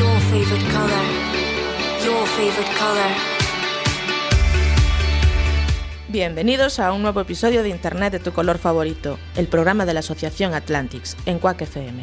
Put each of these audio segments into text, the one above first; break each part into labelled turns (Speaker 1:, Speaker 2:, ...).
Speaker 1: your favorite color. Your favorite color.
Speaker 2: Bienvenidos a un nuevo episodio de Internet de tu color favorito, el programa de la Asociación Atlantics en Quack FM.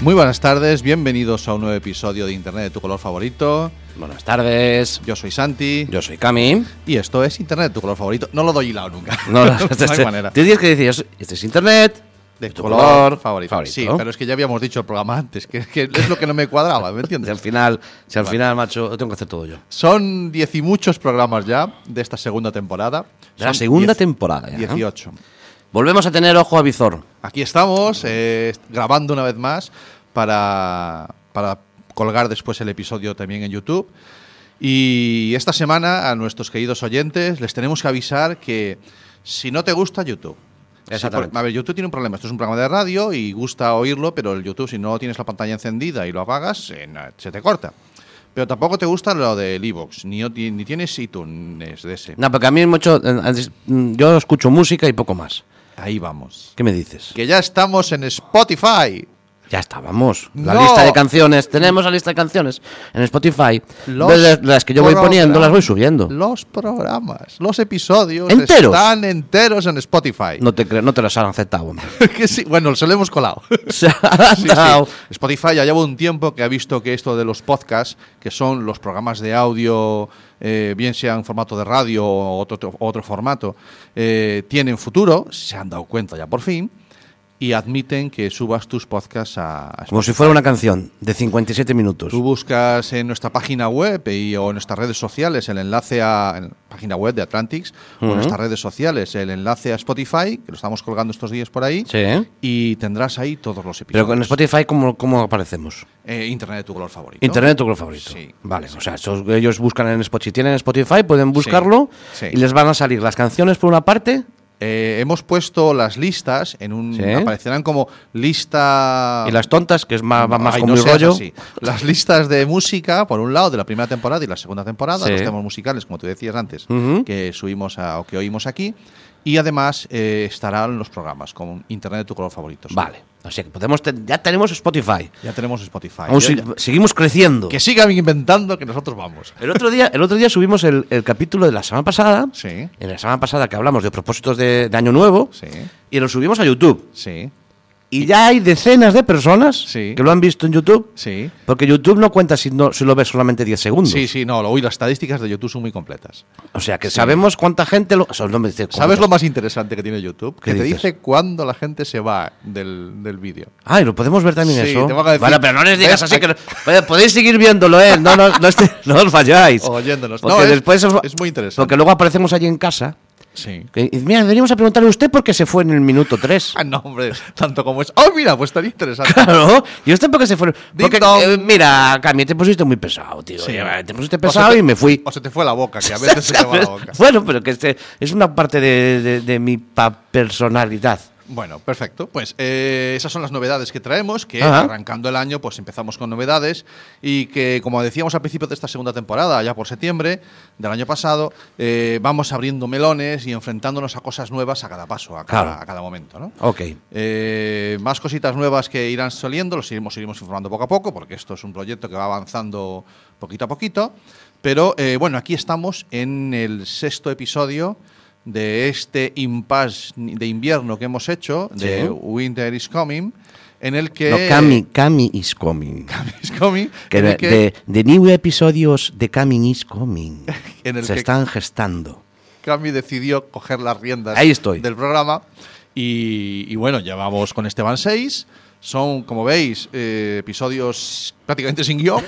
Speaker 3: Muy buenas tardes, bienvenidos a un nuevo episodio de Internet de tu color favorito.
Speaker 4: Buenas tardes.
Speaker 3: Yo soy Santi
Speaker 4: Yo soy Cami.
Speaker 3: y esto es Internet de tu color favorito. No lo doy hilado nunca. no hay manera.
Speaker 4: este Tienes que decir, este es internet.
Speaker 3: De tu
Speaker 4: tu
Speaker 3: color,
Speaker 4: color
Speaker 3: favorito.
Speaker 4: favorito.
Speaker 3: Sí, pero es que ya habíamos dicho el programa antes, que, que es lo que no me cuadraba, ¿me
Speaker 4: Si al
Speaker 3: entiendes?
Speaker 4: final, si al final, macho, lo tengo que hacer todo yo.
Speaker 3: Son diez y muchos programas ya de esta segunda temporada.
Speaker 4: De la
Speaker 3: Son
Speaker 4: segunda
Speaker 3: diez-
Speaker 4: temporada ya, ¿no?
Speaker 3: 18.
Speaker 4: Volvemos a tener ojo a visor.
Speaker 3: Aquí estamos, eh, grabando una vez más para, para colgar después el episodio también en YouTube. Y esta semana a nuestros queridos oyentes les tenemos que avisar que si no te gusta YouTube, si
Speaker 4: Exactamente.
Speaker 3: por- a ver, YouTube tiene un problema. Esto es un programa de radio y gusta oírlo, pero el YouTube, si no tienes la pantalla encendida y lo apagas, eh, na- se te corta. Pero tampoco te gusta lo del iVoox, ni, o- ni tienes iTunes de ese.
Speaker 4: No, porque a mí, mucho, eh, antes, mm, yo escucho música y poco más.
Speaker 3: Ahí vamos.
Speaker 4: ¿Qué me dices?
Speaker 3: Que ya estamos en Spotify.
Speaker 4: Ya estábamos. La
Speaker 3: No.
Speaker 4: lista de canciones. Tenemos la lista de canciones en Spotify. De las- las que yo voy poniendo, las voy subiendo.
Speaker 3: Los programas, los episodios
Speaker 4: ¿Enteros?
Speaker 3: están enteros en Spotify.
Speaker 4: No te, creo- no te las han aceptado. hombre.
Speaker 3: Que sí, bueno, se lo hemos colado.
Speaker 4: Se han
Speaker 3: Sí, sí.
Speaker 4: dado.
Speaker 3: Spotify ya lleva un tiempo que ha visto que esto de los podcasts, que son los programas de audio, eh, bien sea en formato de radio o otro, otro formato, eh, tienen futuro, se han dado cuenta ya por fin, y admiten que subas tus podcasts a, a
Speaker 4: Como si fuera una canción de 57 minutos.
Speaker 3: Tú buscas en nuestra página web eh, y- o en nuestras redes sociales el enlace a en la página web de Atlantics o en nuestras redes sociales el enlace a Spotify, que lo estamos colgando estos días por ahí,
Speaker 4: Sí.
Speaker 3: y tendrás ahí todos los episodios.
Speaker 4: Pero en Spotify, ¿cómo, cómo aparecemos?
Speaker 3: Eh, Internet de tu color favorito.
Speaker 4: Internet tu color favorito.
Speaker 3: Sí.
Speaker 4: Vale, o sea, esos- ellos buscan en Spotify. Si tienen Spotify, pueden buscarlo
Speaker 3: sí.
Speaker 4: y les van a salir las canciones por una parte.
Speaker 3: Eh, hemos puesto las listas en un
Speaker 4: Sí.
Speaker 3: aparecerán como lista
Speaker 4: Y las tontas, que es más, va más
Speaker 3: Ah. Ay,
Speaker 4: con
Speaker 3: no
Speaker 4: mi
Speaker 3: seas
Speaker 4: rollo.
Speaker 3: así. Las listas de música, por un lado, de la primera temporada y la segunda temporada,
Speaker 4: Sí.
Speaker 3: los temas musicales, como tú decías antes,
Speaker 4: Ujú.
Speaker 3: que subimos a- o que oímos aquí. Y además eh, estarán los programas con Internet de tu color favorito.
Speaker 4: Vale. O sea que podemos ten- ya tenemos Spotify.
Speaker 3: Ya tenemos Spotify. Yo
Speaker 4: Aún si-
Speaker 3: ya-
Speaker 4: seguimos creciendo.
Speaker 3: que sigan inventando que nosotros vamos.
Speaker 4: El otro día, el otro día subimos el, el capítulo de la semana pasada.
Speaker 3: Sí,
Speaker 4: En la semana pasada que hablamos de propósitos de, de año nuevo.
Speaker 3: sí,
Speaker 4: Y lo subimos a YouTube.
Speaker 3: sí,
Speaker 4: Y ya hay decenas de personas
Speaker 3: Sí.
Speaker 4: que lo han visto en YouTube.
Speaker 3: sí.
Speaker 4: Porque YouTube no cuenta si, no, si lo ves solamente 10 segundos.
Speaker 3: Sí, sí, no, lo- uy, las estadísticas de YouTube son muy completas.
Speaker 4: O sea, que sabemos cuánta gente lo... o sea, no me dice-
Speaker 3: ¿Sabes lo más interesante que tiene YouTube? Que
Speaker 4: ¿Qué
Speaker 3: te
Speaker 4: dices?
Speaker 3: dice cuándo la gente se va del, del vídeo.
Speaker 4: Ay, lo podemos ver también
Speaker 3: Sí,
Speaker 4: eso.
Speaker 3: te van a decir-
Speaker 4: bueno, pero no les digas
Speaker 3: ¿Ves?
Speaker 4: así que... no- Oye, Podéis seguir viéndolo, ¿eh? No, no, no, este- no os falláis.
Speaker 3: O oyéndonos.
Speaker 4: Porque
Speaker 3: No, es-
Speaker 4: después os-
Speaker 3: es muy interesante.
Speaker 4: Porque luego aparecemos allí en casa.
Speaker 3: Sí.
Speaker 4: que dice, mira, deberíamos a preguntarle a usted por qué se fue en el minuto 3.
Speaker 3: Ah, no, hombre, tanto como es. ¡Oh, mira! Pues estaría interesante.
Speaker 4: Claro, y usted por qué se fue. Porque,
Speaker 3: dong.
Speaker 4: eh, mira, Cami, te pusiste muy pesado, tío.
Speaker 3: Sí.
Speaker 4: Eh, Te pusiste
Speaker 3: O se
Speaker 4: pesado
Speaker 3: te-
Speaker 4: y me fui.
Speaker 3: O se te fue la boca, que a veces se te va la boca.
Speaker 4: Bueno, pero que este es una parte de, de- de mi pa- personalidad.
Speaker 3: Bueno, perfecto. Pues eh, esas son las novedades que traemos, que
Speaker 4: Ajá.
Speaker 3: arrancando el año pues empezamos con novedades y que, como decíamos al principio de esta segunda temporada, ya por septiembre del año pasado, eh, vamos abriendo melones y enfrentándonos a cosas nuevas a cada paso, a cada,
Speaker 4: Claro.
Speaker 3: a cada momento, ¿no?
Speaker 4: Ok.
Speaker 3: Eh, más cositas nuevas que irán saliendo, los iremos, iremos informando poco a poco, porque esto es un proyecto que va avanzando poquito a poquito. Pero eh, bueno, aquí estamos en el sexto episodio de este impasse de invierno que hemos hecho, de
Speaker 4: Sí.
Speaker 3: Winter is Coming, en el que...
Speaker 4: No, Cami, Cami is coming.
Speaker 3: is coming,
Speaker 4: Que
Speaker 3: en
Speaker 4: de,
Speaker 3: el que-
Speaker 4: de- de new episodios de Coming is Coming.
Speaker 3: En el
Speaker 4: Se
Speaker 3: que-
Speaker 4: están gestando.
Speaker 3: Cami decidió coger las riendas
Speaker 4: Ahí estoy.
Speaker 3: del programa. Y, y bueno, ya vamos con Esteban 6. Son, como veis, eh, episodios prácticamente sin guión.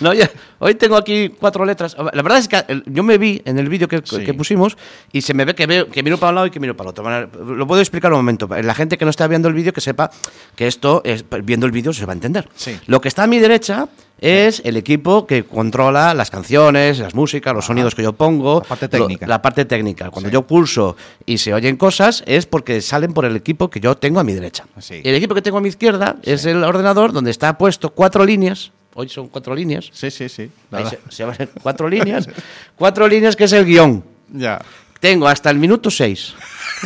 Speaker 4: No, ya- hoy tengo aquí cuatro letras. A ver, La verdad es que el- yo me vi en el vídeo que,
Speaker 3: Sí.
Speaker 4: que pusimos y se me ve que, veo, que miro para un lado y que miro para el otro. Bueno, Lo puedo explicar un momento. La gente que no está viendo el vídeo que sepa que esto, es, viendo el vídeo, se va a entender.
Speaker 3: Sí.
Speaker 4: Lo que está a mi derecha es el equipo que controla las canciones, las músicas, los sonidos que yo pongo.
Speaker 3: La parte
Speaker 4: lo-
Speaker 3: técnica.
Speaker 4: la parte técnica. Cuando
Speaker 3: Sí.
Speaker 4: yo curso y se oyen cosas es porque salen por el equipo que yo tengo a mi derecha.
Speaker 3: Sí.
Speaker 4: El equipo que tengo a mi izquierda es el ordenador donde está puesto cuatro líneas. Hoy son cuatro líneas.
Speaker 3: Sí, sí, sí. la
Speaker 4: Ahí
Speaker 3: verdad.
Speaker 4: se, se abren cuatro líneas. Cuatro líneas que es el guión.
Speaker 3: Ya.
Speaker 4: Tengo hasta el minuto seis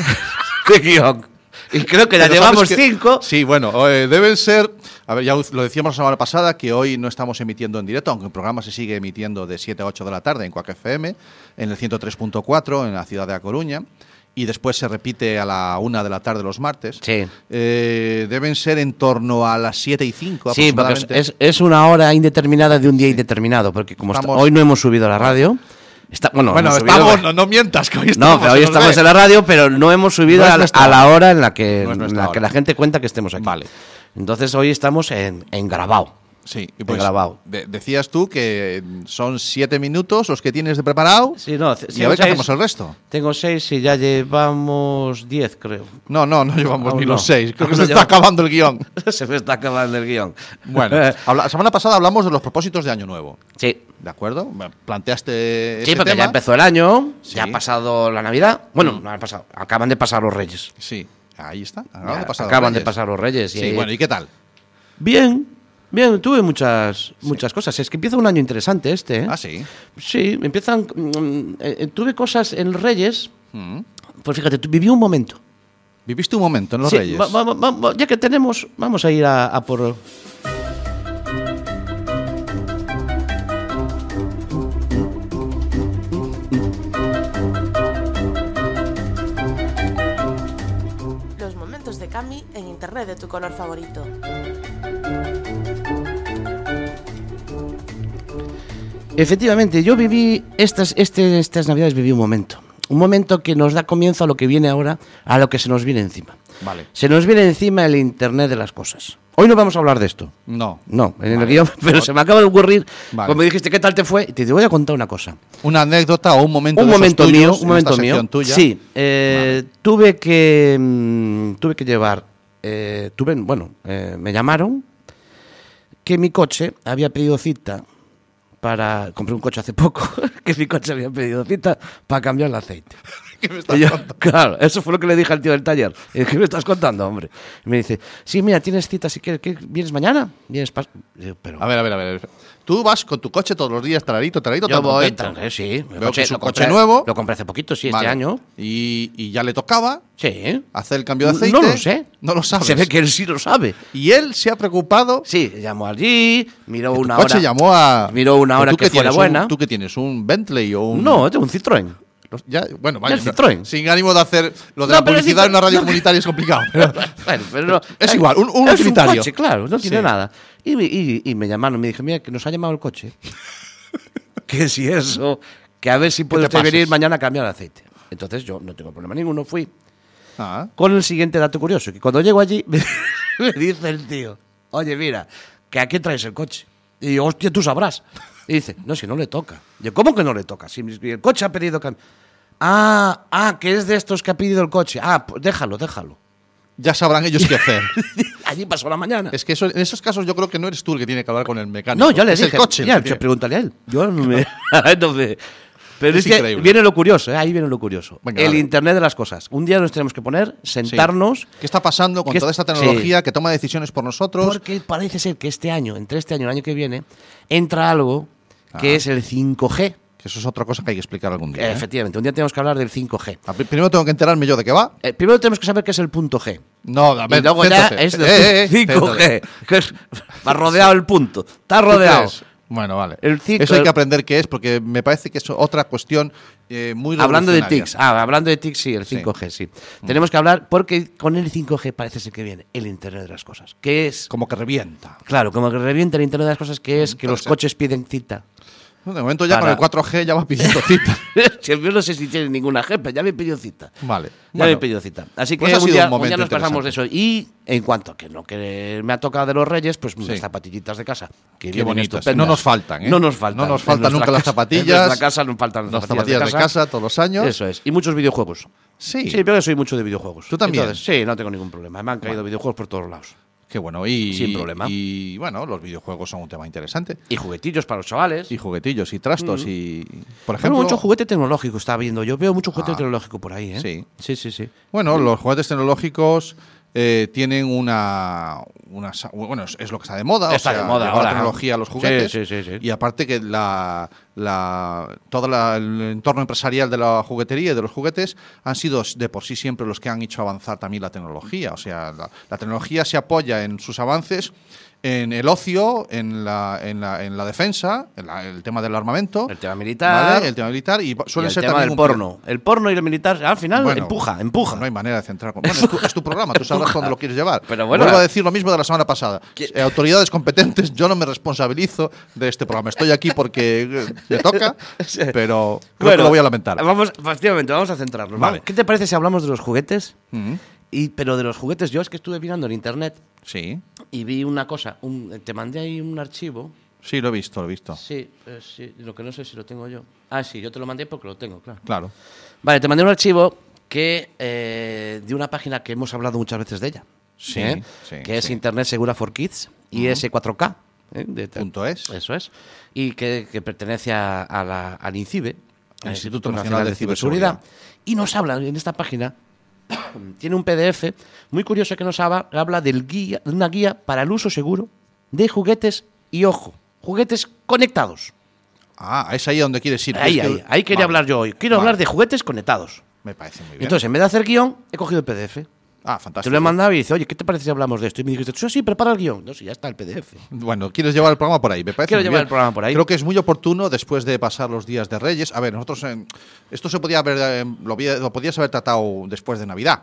Speaker 4: de guión. Y creo que ya
Speaker 3: Pero sabes
Speaker 4: llevamos
Speaker 3: que-
Speaker 4: cinco.
Speaker 3: Sí, bueno, eh, deben ser. A ver, ya lo decíamos la semana pasada que hoy no estamos emitiendo en directo, aunque el programa se sigue emitiendo de 7 a 8 de la tarde en Cuac FM, en el 103.4 en la ciudad de A Coruña. Y después se repite a la 1 de la tarde los martes.
Speaker 4: Sí.
Speaker 3: Eh, deben ser en torno a las 7 y 5
Speaker 4: Sí, porque es-
Speaker 3: aproximadamente.
Speaker 4: es, es una hora indeterminada de un día indeterminado. Porque como está-
Speaker 3: Estamos-
Speaker 4: hoy no hemos subido a la radio. Está, bueno,
Speaker 3: bueno,
Speaker 4: hemos subido-
Speaker 3: estamos, no, no mientas, que hoy estamos,
Speaker 4: No, pero hoy
Speaker 3: se nos
Speaker 4: estamos
Speaker 3: ve.
Speaker 4: en la radio, pero no hemos subido
Speaker 3: No es
Speaker 4: a, la,
Speaker 3: nuestra
Speaker 4: a la hora en la que,
Speaker 3: No es
Speaker 4: en
Speaker 3: nuestra
Speaker 4: la, que
Speaker 3: hora.
Speaker 4: la gente cuenta que estemos aquí.
Speaker 3: Vale.
Speaker 4: Entonces hoy estamos en, en grabado.
Speaker 3: Sí, y pues,
Speaker 4: grabado.
Speaker 3: de- decías tú que son 7 minutos los que tienes de preparado.
Speaker 4: Sí, no, c-
Speaker 3: y a ver qué
Speaker 4: seis-
Speaker 3: hacemos el resto.
Speaker 4: Tengo seis y ya llevamos diez, creo.
Speaker 3: No, no, no llevamos
Speaker 4: Aún
Speaker 3: ni
Speaker 4: no.
Speaker 3: los seis. Creo
Speaker 4: Aún
Speaker 3: que se está
Speaker 4: no llevamos.
Speaker 3: acabando el guión.
Speaker 4: Se me está acabando el guión.
Speaker 3: Bueno, habla- la semana pasada hablamos de los propósitos de Año Nuevo.
Speaker 4: sí.
Speaker 3: ¿De acuerdo? Me Planteaste.
Speaker 4: Sí,
Speaker 3: ese
Speaker 4: porque
Speaker 3: tema.
Speaker 4: ya empezó el año,
Speaker 3: Sí. Mm.
Speaker 4: ya ha pasado la Navidad. Bueno, no ha pasado, acaban de pasar los Reyes.
Speaker 3: Sí, ahí está. Acaban
Speaker 4: Ya,
Speaker 3: de pasar los
Speaker 4: acaban de
Speaker 3: Reyes.
Speaker 4: pasar los Reyes. ¿Eh? y-
Speaker 3: Sí, bueno, ¿y qué tal?
Speaker 4: Bien, bien, tuve muchas, muchas cosas. Es que empieza un año interesante este. ¿eh?
Speaker 3: Ah, sí.
Speaker 4: Sí, empiezan. mm, eh, tuve cosas en Reyes.
Speaker 3: Mm.
Speaker 4: Pues fíjate, tu- viví un momento.
Speaker 3: Viviste un momento en los
Speaker 4: Sí,
Speaker 3: Reyes.
Speaker 4: va- va- va- va- ya que tenemos, vamos a ir a, a por.
Speaker 5: Los momentos de Cami en internet de tu color favorito.
Speaker 4: Efectivamente, yo viví estas, este- estas navidades viví un momento. Un momento que nos da comienzo a lo que viene ahora, a lo que se nos viene encima.
Speaker 3: Vale.
Speaker 4: Se nos viene encima el Internet de las cosas. Hoy no vamos a hablar de esto.
Speaker 3: No.
Speaker 4: No, en el guión, pero se me acaba de ocurrir.
Speaker 3: Vale.
Speaker 4: Como dijiste, ¿qué tal te fue? Te digo, voy a contar una cosa.
Speaker 3: Una anécdota o un momento
Speaker 4: un
Speaker 3: de esos
Speaker 4: momento
Speaker 3: tuyos
Speaker 4: mío,
Speaker 3: en
Speaker 4: un momento
Speaker 3: esta
Speaker 4: mío.
Speaker 3: sección tuya.
Speaker 4: Sí, eh, tuve que mm, tuve que llevar, eh, tuve, bueno, eh, me llamaron que mi coche había pedido cita para compré un coche hace poco, que mi coche había pedido cita para cambiar el aceite.
Speaker 3: ¿Qué me estás
Speaker 4: Y yo,
Speaker 3: contando?
Speaker 4: claro, eso fue lo que le dije al tío del taller. Y dije, ¿Qué me estás contando, hombre? Y me dice, sí, mira, tienes cita si quieres. ¿qué? ¿Vienes mañana? ¿Vienes pas-?" Y yo, pero
Speaker 3: A ver, a ver, a ver. Tú vas con tu coche todos los días, traerito, traerito,
Speaker 4: yo
Speaker 3: tan
Speaker 4: voy,
Speaker 3: contento.
Speaker 4: tranquilo, sí. mi
Speaker 3: Veo que es un
Speaker 4: lo
Speaker 3: coche
Speaker 4: compré-
Speaker 3: nuevo.
Speaker 4: Lo compré hace poquito, sí,
Speaker 3: Vale.
Speaker 4: este año.
Speaker 3: Y, y ya le tocaba
Speaker 4: Sí.
Speaker 3: hacer el cambio de
Speaker 4: No-
Speaker 3: aceite.
Speaker 4: No lo sé.
Speaker 3: No lo sabes.
Speaker 4: Se ve que él sí lo sabe.
Speaker 3: Y él se ha preocupado
Speaker 4: Sí, llamó allí, miró
Speaker 3: Que tu
Speaker 4: una
Speaker 3: coche
Speaker 4: hora.
Speaker 3: llamó a.
Speaker 4: Miró una hora
Speaker 3: tú
Speaker 4: que fuera
Speaker 3: tienes
Speaker 4: buena.
Speaker 3: Un, tú que tienes un Bentley o un.
Speaker 4: No, es de un Citroën.
Speaker 3: los- ya, bueno,
Speaker 4: Ya
Speaker 3: vaya.
Speaker 4: el Citroën.
Speaker 3: Sin ánimo de hacer. Lo de
Speaker 4: No,
Speaker 3: la
Speaker 4: pero el
Speaker 3: publicidad en una
Speaker 4: Citroën-
Speaker 3: radio
Speaker 4: no.
Speaker 3: comunitaria es complicado. pero-
Speaker 4: Bueno, pero no-
Speaker 3: Es igual, un- un
Speaker 4: es
Speaker 3: utilitario.
Speaker 4: coche, claro, no tiene
Speaker 3: Sí.
Speaker 4: nada. Y, me- y- y me llamaron, me dijeron, mira, que nos ha llamado el coche. que si eso, que a ver si puede
Speaker 3: te
Speaker 4: usted
Speaker 3: pases.
Speaker 4: venir mañana a cambiar aceite. Entonces yo no tengo problema ninguno, fui.
Speaker 3: Ah,
Speaker 4: Con el siguiente dato curioso, que cuando llego allí me, me dice el tío, oye, mira, que aquí traes el coche. Y yo, hostia, tú sabrás. Y dice, no, si no le toca. Yo, ¿cómo que no le toca? Si el coche ha pedido cambio. Ah, ah, que es de estos que ha pedido el coche. Ah, pues déjalo, déjalo.
Speaker 3: ya sabrán ellos qué hacer.
Speaker 4: Allí pasó la mañana.
Speaker 3: es que eso- en esos casos yo creo que no eres tú el que tiene que hablar con el mecánico.
Speaker 4: no, yo le
Speaker 3: es
Speaker 4: dije,
Speaker 3: el coche. el
Speaker 4: mira,
Speaker 3: que
Speaker 4: yo
Speaker 3: tiene-
Speaker 4: pregúntale a él. Yo no me- no me- Pero
Speaker 3: Es
Speaker 4: es, que
Speaker 3: increíble.
Speaker 4: viene lo curioso, ¿eh? ahí viene lo curioso.
Speaker 3: Venga,
Speaker 4: el
Speaker 3: dale.
Speaker 4: Internet de las cosas. Un día nos tenemos que poner,
Speaker 3: Sí.
Speaker 4: sentarnos.
Speaker 3: ¿Qué está pasando con
Speaker 4: ¿Qué es-
Speaker 3: toda esta
Speaker 4: sí.
Speaker 3: tecnología que toma decisiones por nosotros?
Speaker 4: Porque parece ser que este año, entre este año y el año que viene, entra algo
Speaker 3: Ah.
Speaker 4: que es el 5G.
Speaker 3: Que eso es otra cosa que hay que explicar algún
Speaker 4: Eh,
Speaker 3: día. ¿eh?
Speaker 4: Efectivamente, un día tenemos que hablar del 5G.
Speaker 3: A pri- Primero tengo que enterarme yo de qué va.
Speaker 4: Eh, primero tenemos que saber qué es el punto G.
Speaker 3: No, a ver,
Speaker 4: y luego ya
Speaker 3: céntrate.
Speaker 4: es
Speaker 3: Eh, eh, eh,
Speaker 4: de 5G.
Speaker 3: céntrate.
Speaker 4: Que es- va rodeado el punto. Está
Speaker 3: ¿Tú
Speaker 4: rodeado.
Speaker 3: crees? Bueno, vale.
Speaker 4: El cinco-
Speaker 3: Eso hay que aprender qué es, porque me parece que es otra cuestión eh, muy
Speaker 4: Hablando de
Speaker 3: revolucionaria.
Speaker 4: TICs. Ah, hablando de TICs, sí, el
Speaker 3: Sí. Mm.
Speaker 4: 5G, sí. Tenemos que hablar porque con el 5G parece ser que viene el Internet de las Cosas. Que es.
Speaker 3: Como que revienta.
Speaker 4: Claro, como que revienta el Internet de las Cosas, que es que
Speaker 3: Mm, puede
Speaker 4: los
Speaker 3: ser.
Speaker 4: coches piden cita.
Speaker 3: De momento ya
Speaker 4: Para-
Speaker 3: con el 4G ya vas pidiendo cita.
Speaker 4: si el mío no sé si tiene ninguna jefa, ya me pidió cita.
Speaker 3: Vale.
Speaker 4: Ya me
Speaker 3: Bueno.
Speaker 4: pidió cita. Así que
Speaker 3: Pues ha
Speaker 4: un,
Speaker 3: sido
Speaker 4: día,
Speaker 3: un momento
Speaker 4: un día nos pasamos de eso.
Speaker 3: interesante.
Speaker 4: Y en cuanto a que lo que me ha tocado de los Reyes, pues unas zapatillitas de casa.
Speaker 3: Qué
Speaker 4: Que vienen
Speaker 3: bonitas.
Speaker 4: estupendas.
Speaker 3: No nos faltan, ¿eh?
Speaker 4: No nos faltan.
Speaker 3: No nos
Speaker 4: En
Speaker 3: faltan
Speaker 4: nuestra
Speaker 3: nunca las
Speaker 4: casa-
Speaker 3: zapatillas.
Speaker 4: En nuestra casa no faltan las,
Speaker 3: Las zapatillas de casa todos los años.
Speaker 4: Eso es. Y muchos videojuegos.
Speaker 3: Sí.
Speaker 4: Sí, pero yo soy mucho de videojuegos.
Speaker 3: ¿Tú también?
Speaker 4: Entonces, sí, no tengo ningún problema. Me han caído videojuegos por todos lados.
Speaker 3: Qué bueno. Y,
Speaker 4: Sin problema.
Speaker 3: Y bueno, los videojuegos son un tema interesante.
Speaker 4: Y juguetillos para los chavales.
Speaker 3: Y juguetillos y trastos y. Por
Speaker 4: Mm. Bueno,
Speaker 3: ejemplo.
Speaker 4: mucho juguete tecnológico está viendo. Yo veo mucho juguete
Speaker 3: Ah.
Speaker 4: tecnológico por ahí, ¿eh?
Speaker 3: Sí.
Speaker 4: Sí, sí, sí.
Speaker 3: Bueno, los juguetes tecnológicos eh, tienen una, una sa- Bueno, es, es lo que está de moda. o
Speaker 4: Está de
Speaker 3: sea,
Speaker 4: moda
Speaker 3: lleva
Speaker 4: ahora.
Speaker 3: la tecnología a los juguetes.
Speaker 4: Sí, sí, sí, sí.
Speaker 3: Y aparte que la, la, todo la- el entorno empresarial de la juguetería y de los juguetes han sido de por sí siempre los que han hecho avanzar también la tecnología. O sea, la, la tecnología se apoya en sus avances en el ocio, en la, en la, en la defensa, en la- el tema del armamento.
Speaker 4: El tema militar.
Speaker 3: ¿vale? El tema militar. Y va-
Speaker 4: Y
Speaker 3: suelen
Speaker 4: el
Speaker 3: ser
Speaker 4: tema
Speaker 3: también
Speaker 4: del
Speaker 3: un pro-
Speaker 4: porno. El porno y el militar al final
Speaker 3: bueno,
Speaker 4: Ah, empuja, empuja.
Speaker 3: No hay manera de centrar. Bueno, es, tu, es tu programa, tú sabrás
Speaker 4: Empuja.
Speaker 3: dónde lo quieres llevar.
Speaker 4: Pero bueno, eh.
Speaker 3: Vuelvo a
Speaker 4: la-
Speaker 3: decir lo mismo de la semana pasada. Eh, autoridades competentes, yo no me responsabilizo de este programa. Estoy aquí porque eh, me toca, pero creo que lo voy a lamentar.
Speaker 4: Vamos, efectivamente, vamos a centrarnos.
Speaker 3: Vale.
Speaker 4: Vamos. ¿Qué te parece si hablamos de los juguetes?
Speaker 3: Mm,
Speaker 4: Y, pero de los juguetes, yo es que estuve mirando en internet
Speaker 3: sí,
Speaker 4: y vi una cosa. un- te mandé ahí un archivo.
Speaker 3: sí, lo he visto, lo he visto.
Speaker 4: Sí, eh, sí, lo que no sé si lo tengo yo. Ah, sí, yo te lo mandé porque lo tengo, claro.
Speaker 3: Claro.
Speaker 4: Vale, te mandé un archivo que eh, de una página que hemos hablado muchas veces de ella.
Speaker 3: Sí,
Speaker 4: ¿eh?
Speaker 3: sí,
Speaker 4: Que es
Speaker 3: sí.
Speaker 4: Internet Segura for Kids y es 4K. ¿eh? De-
Speaker 3: Punto es.
Speaker 4: Eso es. Y que, que pertenece a, a la, al INCIBE,
Speaker 3: Instituto
Speaker 4: al
Speaker 3: Nacional de
Speaker 4: Y nos habla en esta página, tiene un PDF muy curioso que nos habla, habla del guía, de una guía para el uso seguro de juguetes y, ojo, juguetes conectados.
Speaker 3: Ah, es ahí donde quieres ir.
Speaker 4: Ahí,
Speaker 3: Es que-
Speaker 4: ahí, ahí quería
Speaker 3: Vale.
Speaker 4: hablar yo hoy. Quiero
Speaker 3: Vale.
Speaker 4: hablar de juguetes conectados.
Speaker 3: Me parece muy bien.
Speaker 4: Entonces, en vez de hacer guión, he cogido el PDF.
Speaker 3: ah,
Speaker 4: Te
Speaker 3: fantástico.
Speaker 4: lo he mandado y dice, oye, ¿qué te parece si hablamos de esto? Y me dijiste, sí, sí, prepara el guión. No, sí, ya está el PDF.
Speaker 3: Bueno, quieres llevar el programa por ahí, me parece.
Speaker 4: Quiero
Speaker 3: muy
Speaker 4: llevar
Speaker 3: bien.
Speaker 4: el programa por ahí.
Speaker 3: Creo que es muy oportuno después de pasar los días de Reyes. A ver, nosotros en- esto se podía haber eh, lo, vi- lo podías haber tratado después de Navidad,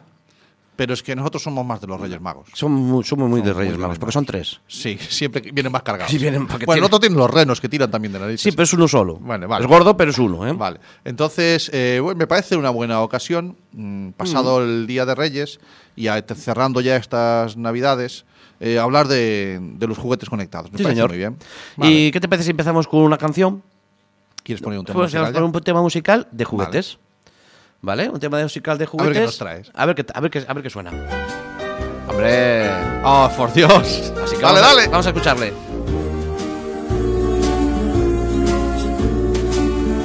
Speaker 3: pero es que nosotros somos más de los Reyes Magos.
Speaker 4: Somos muy, somos muy de Reyes
Speaker 3: de
Speaker 4: Magos, porque son tres.
Speaker 3: Sí, siempre que vienen más cargados.
Speaker 4: Sí, vienen porque
Speaker 3: bueno,
Speaker 4: tienen-
Speaker 3: nosotros tienen los renos que tiran también de narices.
Speaker 4: Sí, pero es uno solo.
Speaker 3: Vale, vale.
Speaker 4: Es gordo, pero es uno, ¿eh?
Speaker 3: Vale. Entonces, eh, bueno, me parece una buena ocasión, mm, pasado el Día de Reyes y a- cerrando ya estas Navidades, eh, hablar de, de los juguetes conectados. Me
Speaker 4: Sí,
Speaker 3: parece
Speaker 4: señor.
Speaker 3: muy bien.
Speaker 4: ¿Y
Speaker 3: Vale.
Speaker 4: qué te parece si empezamos con una canción?
Speaker 3: ¿Quieres poner un tema?
Speaker 4: Pues
Speaker 3: musical
Speaker 4: vamos
Speaker 3: ya?
Speaker 4: con un tema musical de juguetes. ¿Vale? Un tema de musical de
Speaker 3: ver qué
Speaker 4: juguetes.
Speaker 3: nos traes.
Speaker 4: A ver qué, a ver qué- a ver qué suena. ¡Hombre!
Speaker 3: ¡Oh, por Dios!
Speaker 4: Así que
Speaker 3: dale,
Speaker 4: vamos, a-
Speaker 3: dale.
Speaker 4: vamos a escucharle.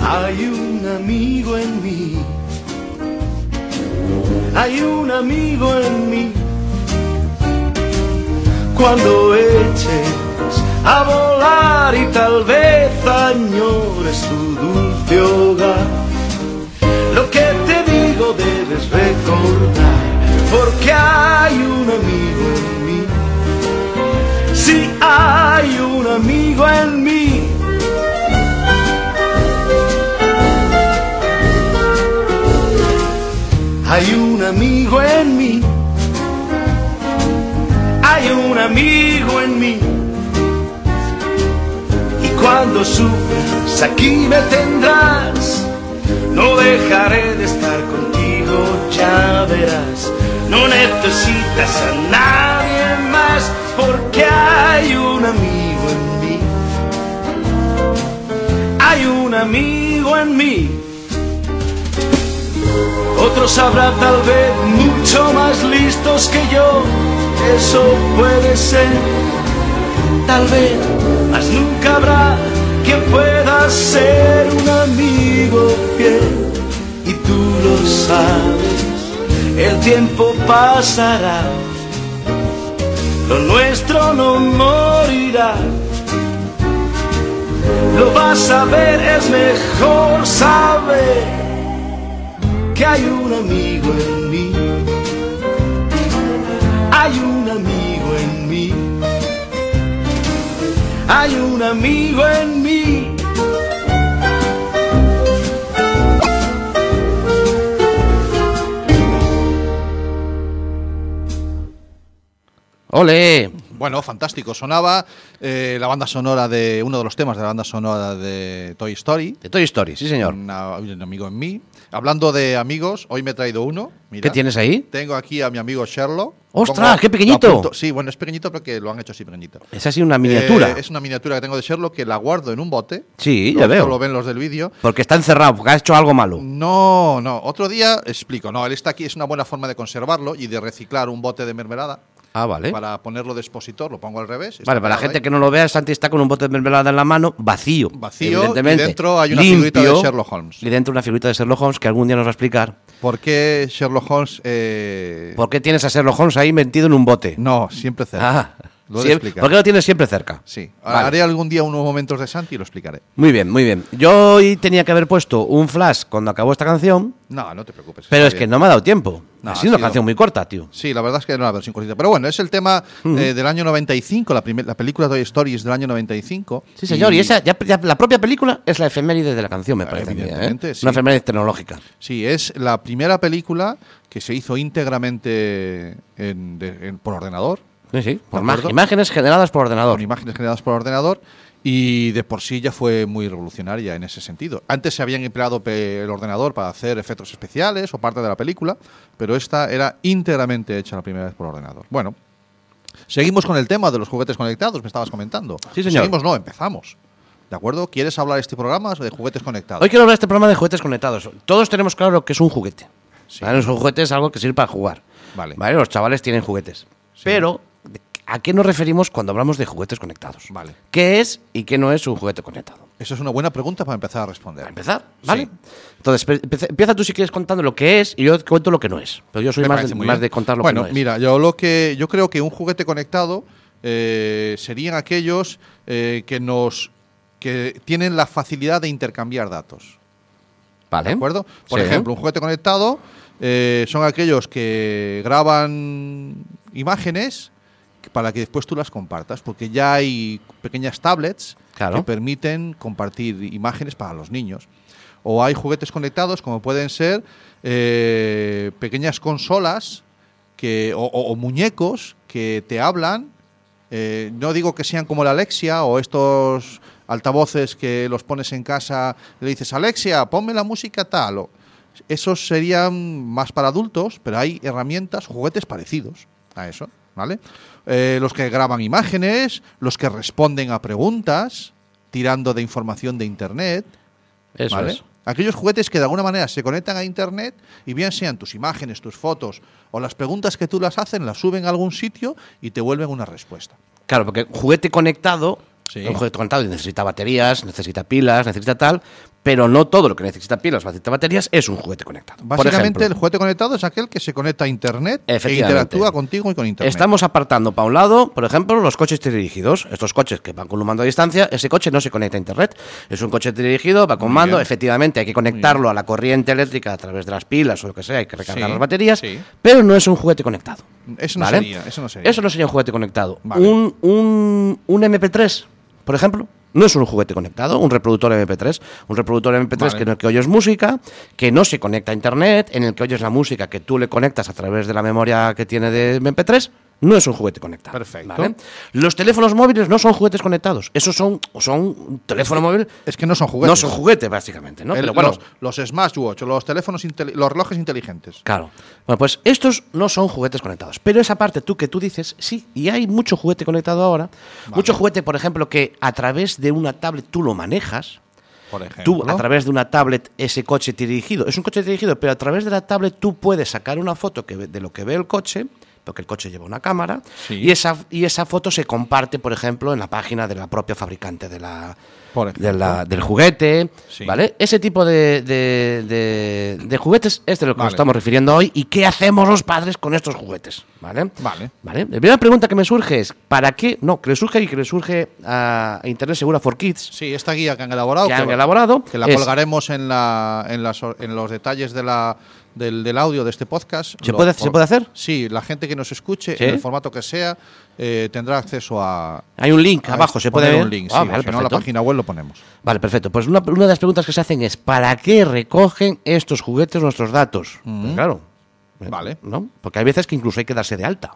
Speaker 6: Hay un amigo en mí. Hay un amigo en mí. Cuando eches a volar y tal vez añores su dulce hogar. Lo que te digo debes recordar, porque hay un amigo en mí. Si hay un amigo en mí, Hay un amigo en mí. Hay un amigo en mí. Y cuando sufras, aquí me tendrás. No dejaré de estar contigo, ya verás. No necesitas a nadie más porque hay un amigo en mí. Hay un amigo en mí. Otros sabrá tal vez mucho más listos que yo, eso puede ser, tal vez, mas nunca habrá quien pueda ser un amigo fiel. Y tú lo sabes, el tiempo pasará, lo nuestro no morirá. Lo vas a ver, es mejor saber que hay un amigo en mí. Hay un amigo en mí. Hay un amigo en mí.
Speaker 4: ¡Ole!
Speaker 3: Bueno, fantástico. Sonaba eh, la banda sonora de uno de los temas de la banda sonora de Toy Story.
Speaker 4: De Toy Story, sí, señor.
Speaker 3: Una- un amigo en mí. Hablando de amigos, hoy me he traído uno. mira.
Speaker 4: ¿Qué tienes ahí?
Speaker 3: Tengo aquí a mi amigo Sherlock.
Speaker 4: ¡Ostras,
Speaker 3: Pongo-
Speaker 4: qué pequeñito!
Speaker 3: lo apunto- Sí, bueno, es pequeñito porque lo han hecho así pequeñito.
Speaker 4: Es así una miniatura.
Speaker 3: Eh, es una miniatura que tengo de Sherlock que la guardo en un bote.
Speaker 4: Sí,
Speaker 3: Lo-
Speaker 4: ya
Speaker 3: esto
Speaker 4: veo.
Speaker 3: Lo ven los del vídeo.
Speaker 4: Porque está encerrado, porque ha hecho algo malo.
Speaker 3: No, no. Otro día explico. No, él está aquí. Es una buena forma de conservarlo y de reciclar un bote de mermelada
Speaker 4: Ah, vale.
Speaker 3: para ponerlo de expositor. Lo pongo al revés.
Speaker 4: Vale, para la
Speaker 3: Está
Speaker 4: gente
Speaker 3: ahí.
Speaker 4: que no lo vea, Santi está con un bote de mermelada en la mano, vacío.
Speaker 3: Vacío,
Speaker 4: evidentemente.
Speaker 3: y dentro hay una
Speaker 4: Limpio,
Speaker 3: figurita de Sherlock Holmes.
Speaker 4: Y dentro una figurita de Sherlock Holmes que algún día nos va a explicar
Speaker 3: ¿Por qué Sherlock Holmes? eh,
Speaker 4: por qué tienes a Sherlock Holmes ahí metido en un bote.
Speaker 3: No, siempre cerca.
Speaker 4: Ah,
Speaker 3: Lo he
Speaker 4: sí,
Speaker 3: de explicar.
Speaker 4: ¿Por qué lo tienes siempre cerca?
Speaker 3: Sí.
Speaker 4: Vale.
Speaker 3: Haré algún día unos momentos de Santi y lo explicaré.
Speaker 4: Muy bien, muy bien. Yo hoy tenía que haber puesto un flash cuando acabó esta canción,
Speaker 3: No, no te preocupes.
Speaker 4: pero
Speaker 3: está
Speaker 4: es que
Speaker 3: bien.
Speaker 4: no me ha dado tiempo.
Speaker 3: No,
Speaker 4: ha
Speaker 3: ha
Speaker 4: sido una
Speaker 3: sido-
Speaker 4: canción muy corta, tío.
Speaker 3: Sí, la verdad es que era una versión cortita. Pero bueno, es el tema eh, del año 95, la, primer- la película Toy Story es del año 95.
Speaker 4: Sí, señor, y, esa, ya, ya la propia película es la efeméride de la canción, me
Speaker 3: Ah,
Speaker 4: parece. a mí, ¿eh?
Speaker 3: evidentemente, sí.
Speaker 4: Una efeméride tecnológica.
Speaker 3: Sí, es la primera película que se hizo íntegramente en- de- en- por ordenador,
Speaker 4: Sí, sí, por
Speaker 3: De
Speaker 4: ma-
Speaker 3: acuerdo.
Speaker 4: imágenes generadas por ordenador.
Speaker 3: con imágenes generadas por ordenador, y de por sí ya fue muy revolucionaria en ese sentido. Antes se habían empleado pe- el ordenador para hacer efectos especiales o parte de la película, pero esta era íntegramente hecha la primera vez por ordenador. Bueno, seguimos con el tema de los juguetes conectados, me estabas comentando.
Speaker 4: Sí, señor.
Speaker 3: Seguimos, no, empezamos. ¿De acuerdo? ¿Quieres hablar este programa de juguetes conectados?
Speaker 4: Hoy quiero hablar de este programa de juguetes conectados. Todos tenemos claro lo que es un juguete. ¿vale? Un juguete es algo que sirve para jugar.
Speaker 3: Vale.
Speaker 4: Los chavales tienen juguetes. Pero, ¿a qué nos referimos cuando hablamos de juguetes conectados?
Speaker 3: Vale.
Speaker 4: ¿Qué es y qué no es un juguete conectado?
Speaker 3: Eso es una buena pregunta para empezar a responder.
Speaker 4: Para empezar, ¿vale? Entonces, pe- empece- empieza tú si quieres contando lo que es y yo te cuento lo que no es. Pero yo soy
Speaker 3: Me
Speaker 4: más de,
Speaker 3: parece muy
Speaker 4: más
Speaker 3: bien.
Speaker 4: de contar lo
Speaker 3: bueno,
Speaker 4: que no es.
Speaker 3: mira, yo lo que yo creo que un juguete conectado eh, serían aquellos eh, que nos que tienen la facilidad de intercambiar datos.
Speaker 4: ¿Vale?
Speaker 3: ¿De acuerdo? Por
Speaker 4: Sí.
Speaker 3: ejemplo, un juguete conectado eh, son aquellos que graban imágenes para que después tú las compartas, porque ya hay pequeñas tablets
Speaker 4: Claro.
Speaker 3: que permiten compartir imágenes para los niños. O hay juguetes conectados, como pueden ser eh, pequeñas consolas que, o, o- o muñecos que te hablan. Eh, no digo que sean como la Alexia o estos altavoces que los pones en casa y le dices, Alexia, ponme la música tal. o- esos serían más para adultos, pero hay herramientas, juguetes parecidos a eso, ¿vale? Eh, los que graban imágenes, los que responden a preguntas, tirando de información de Internet.
Speaker 4: Eso
Speaker 3: ¿vale?
Speaker 4: es.
Speaker 3: Aquellos juguetes que de alguna manera se conectan a internet y bien sean tus imágenes, tus fotos o las preguntas que tú las hacen, las suben a algún sitio y te vuelven una respuesta.
Speaker 4: Claro, porque juguete conectado,
Speaker 3: Sí.
Speaker 4: un juguete conectado necesita baterías, necesita pilas, necesita tal, pero no todo lo que necesita pilas o necesita baterías es un juguete conectado. Por
Speaker 3: Básicamente
Speaker 4: ejemplo,
Speaker 3: el juguete conectado es aquel que se conecta a internet e
Speaker 4: Efectivamente.
Speaker 3: interactúa contigo y con internet.
Speaker 4: Estamos apartando para un lado, por ejemplo, los coches dirigidos. Estos coches que van con un mando a distancia, ese coche no se conecta a internet. Es un coche dirigido, va con
Speaker 3: Muy
Speaker 4: mando,
Speaker 3: bien.
Speaker 4: efectivamente hay que conectarlo a la corriente eléctrica a través de las pilas o lo que sea, hay que recargar
Speaker 3: Sí,
Speaker 4: las baterías,
Speaker 3: sí.
Speaker 4: pero no es un juguete conectado.
Speaker 3: Eso no
Speaker 4: ¿vale?
Speaker 3: sería, eso no sería.
Speaker 4: Eso no sería un juguete conectado.
Speaker 3: Vale.
Speaker 4: Un, un, un MP3, por ejemplo, no es un juguete conectado, un reproductor MP3. Un reproductor MP3
Speaker 3: Vale.
Speaker 4: que en el que oyes música, que no se conecta a internet, en el que oyes la música que tú le conectas a través de la memoria que tiene de MP3. No es un juguete conectado.
Speaker 3: Perfecto.
Speaker 4: Los teléfonos móviles no son juguetes conectados. Esos son, son un teléfono móvil.
Speaker 3: Es que no son juguetes.
Speaker 4: No son juguetes, básicamente. ¿no?
Speaker 3: El-
Speaker 4: Pero bueno,
Speaker 3: los, los smartwatch, los teléfonos, inteli- los relojes inteligentes.
Speaker 4: Claro. Bueno, pues estos no son juguetes conectados. Pero esa parte tú que tú dices, sí, y hay mucho juguete conectado ahora. Mucho juguete, por ejemplo, que a través de una tablet tú lo manejas.
Speaker 3: Por ejemplo.
Speaker 4: Tú, a través de una tablet, ese coche dirigido. Es un coche dirigido, pero a través de la tablet tú puedes sacar una foto que, ve- de lo que ve el coche, porque el coche lleva una cámara,
Speaker 3: Sí.
Speaker 4: y, esa, y esa foto se comparte, por ejemplo, en la página de la propia fabricante de la,
Speaker 3: Por ejemplo.
Speaker 4: de la- del juguete.
Speaker 3: Sí.
Speaker 4: ¿Vale? Ese tipo de, de- de- de juguetes este es de lo que nos
Speaker 3: Vale.
Speaker 4: estamos refiriendo hoy. ¿Y qué hacemos los padres con estos juguetes? ¿Vale?
Speaker 3: Vale.
Speaker 4: ¿Vale? La primera pregunta que me surge es: ¿para qué? No, que le surge y que le surge a Internet Segura for Kids.
Speaker 3: Sí, esta guía que han elaborado.
Speaker 4: Que han elaborado
Speaker 3: Que la
Speaker 4: es-
Speaker 3: colgaremos en, la, en, las or- en los detalles de la, del, del audio de este podcast.
Speaker 4: ¿Se puede- se puede hacer?
Speaker 3: Sí, la gente que nos escuche,
Speaker 4: ¿Sí?
Speaker 3: en el formato que sea, eh, tendrá acceso a.
Speaker 4: Hay un link
Speaker 3: a
Speaker 4: abajo, se puede
Speaker 3: poner
Speaker 4: ver.
Speaker 3: un link.
Speaker 4: Ah,
Speaker 3: sí,
Speaker 4: vale,
Speaker 3: si no, en la
Speaker 4: perfecto.
Speaker 3: página web lo ponemos.
Speaker 4: Vale, perfecto. Pues una, una de las preguntas que se hacen es: ¿para qué recogen estos juguetes nuestros datos? Pues claro.
Speaker 3: Vale.
Speaker 4: ¿No? Porque hay veces que incluso hay que darse de alta.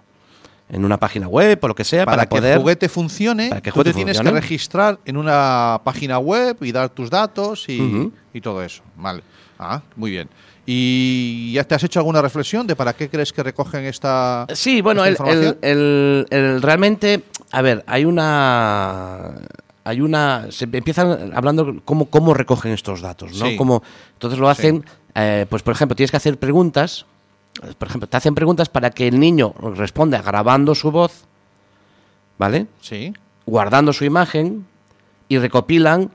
Speaker 4: en una página web o lo que sea para,
Speaker 3: para, que
Speaker 4: poder
Speaker 3: el juguete funcione,
Speaker 4: para que el
Speaker 3: tú te
Speaker 4: juguete
Speaker 3: tienes
Speaker 4: funcione.
Speaker 3: que registrar en una página web y dar tus datos y,
Speaker 4: Ujú.
Speaker 3: y todo eso. Vale. Ah, muy bien. ¿Y ya te has hecho alguna reflexión de para qué crees que recogen esta
Speaker 4: Sí, bueno,
Speaker 3: esta
Speaker 4: el, el-
Speaker 3: información?
Speaker 4: el- el- realmente, a ver, hay una... Hay una... Se empiezan hablando cómo, cómo recogen estos datos, ¿no?
Speaker 3: Sí.
Speaker 4: Cómo- entonces lo hacen, eh, pues por ejemplo, tienes que hacer preguntas, por ejemplo, te hacen preguntas para que el niño responda grabando su voz, ¿vale?
Speaker 3: Sí.
Speaker 4: guardando su imagen y recopilan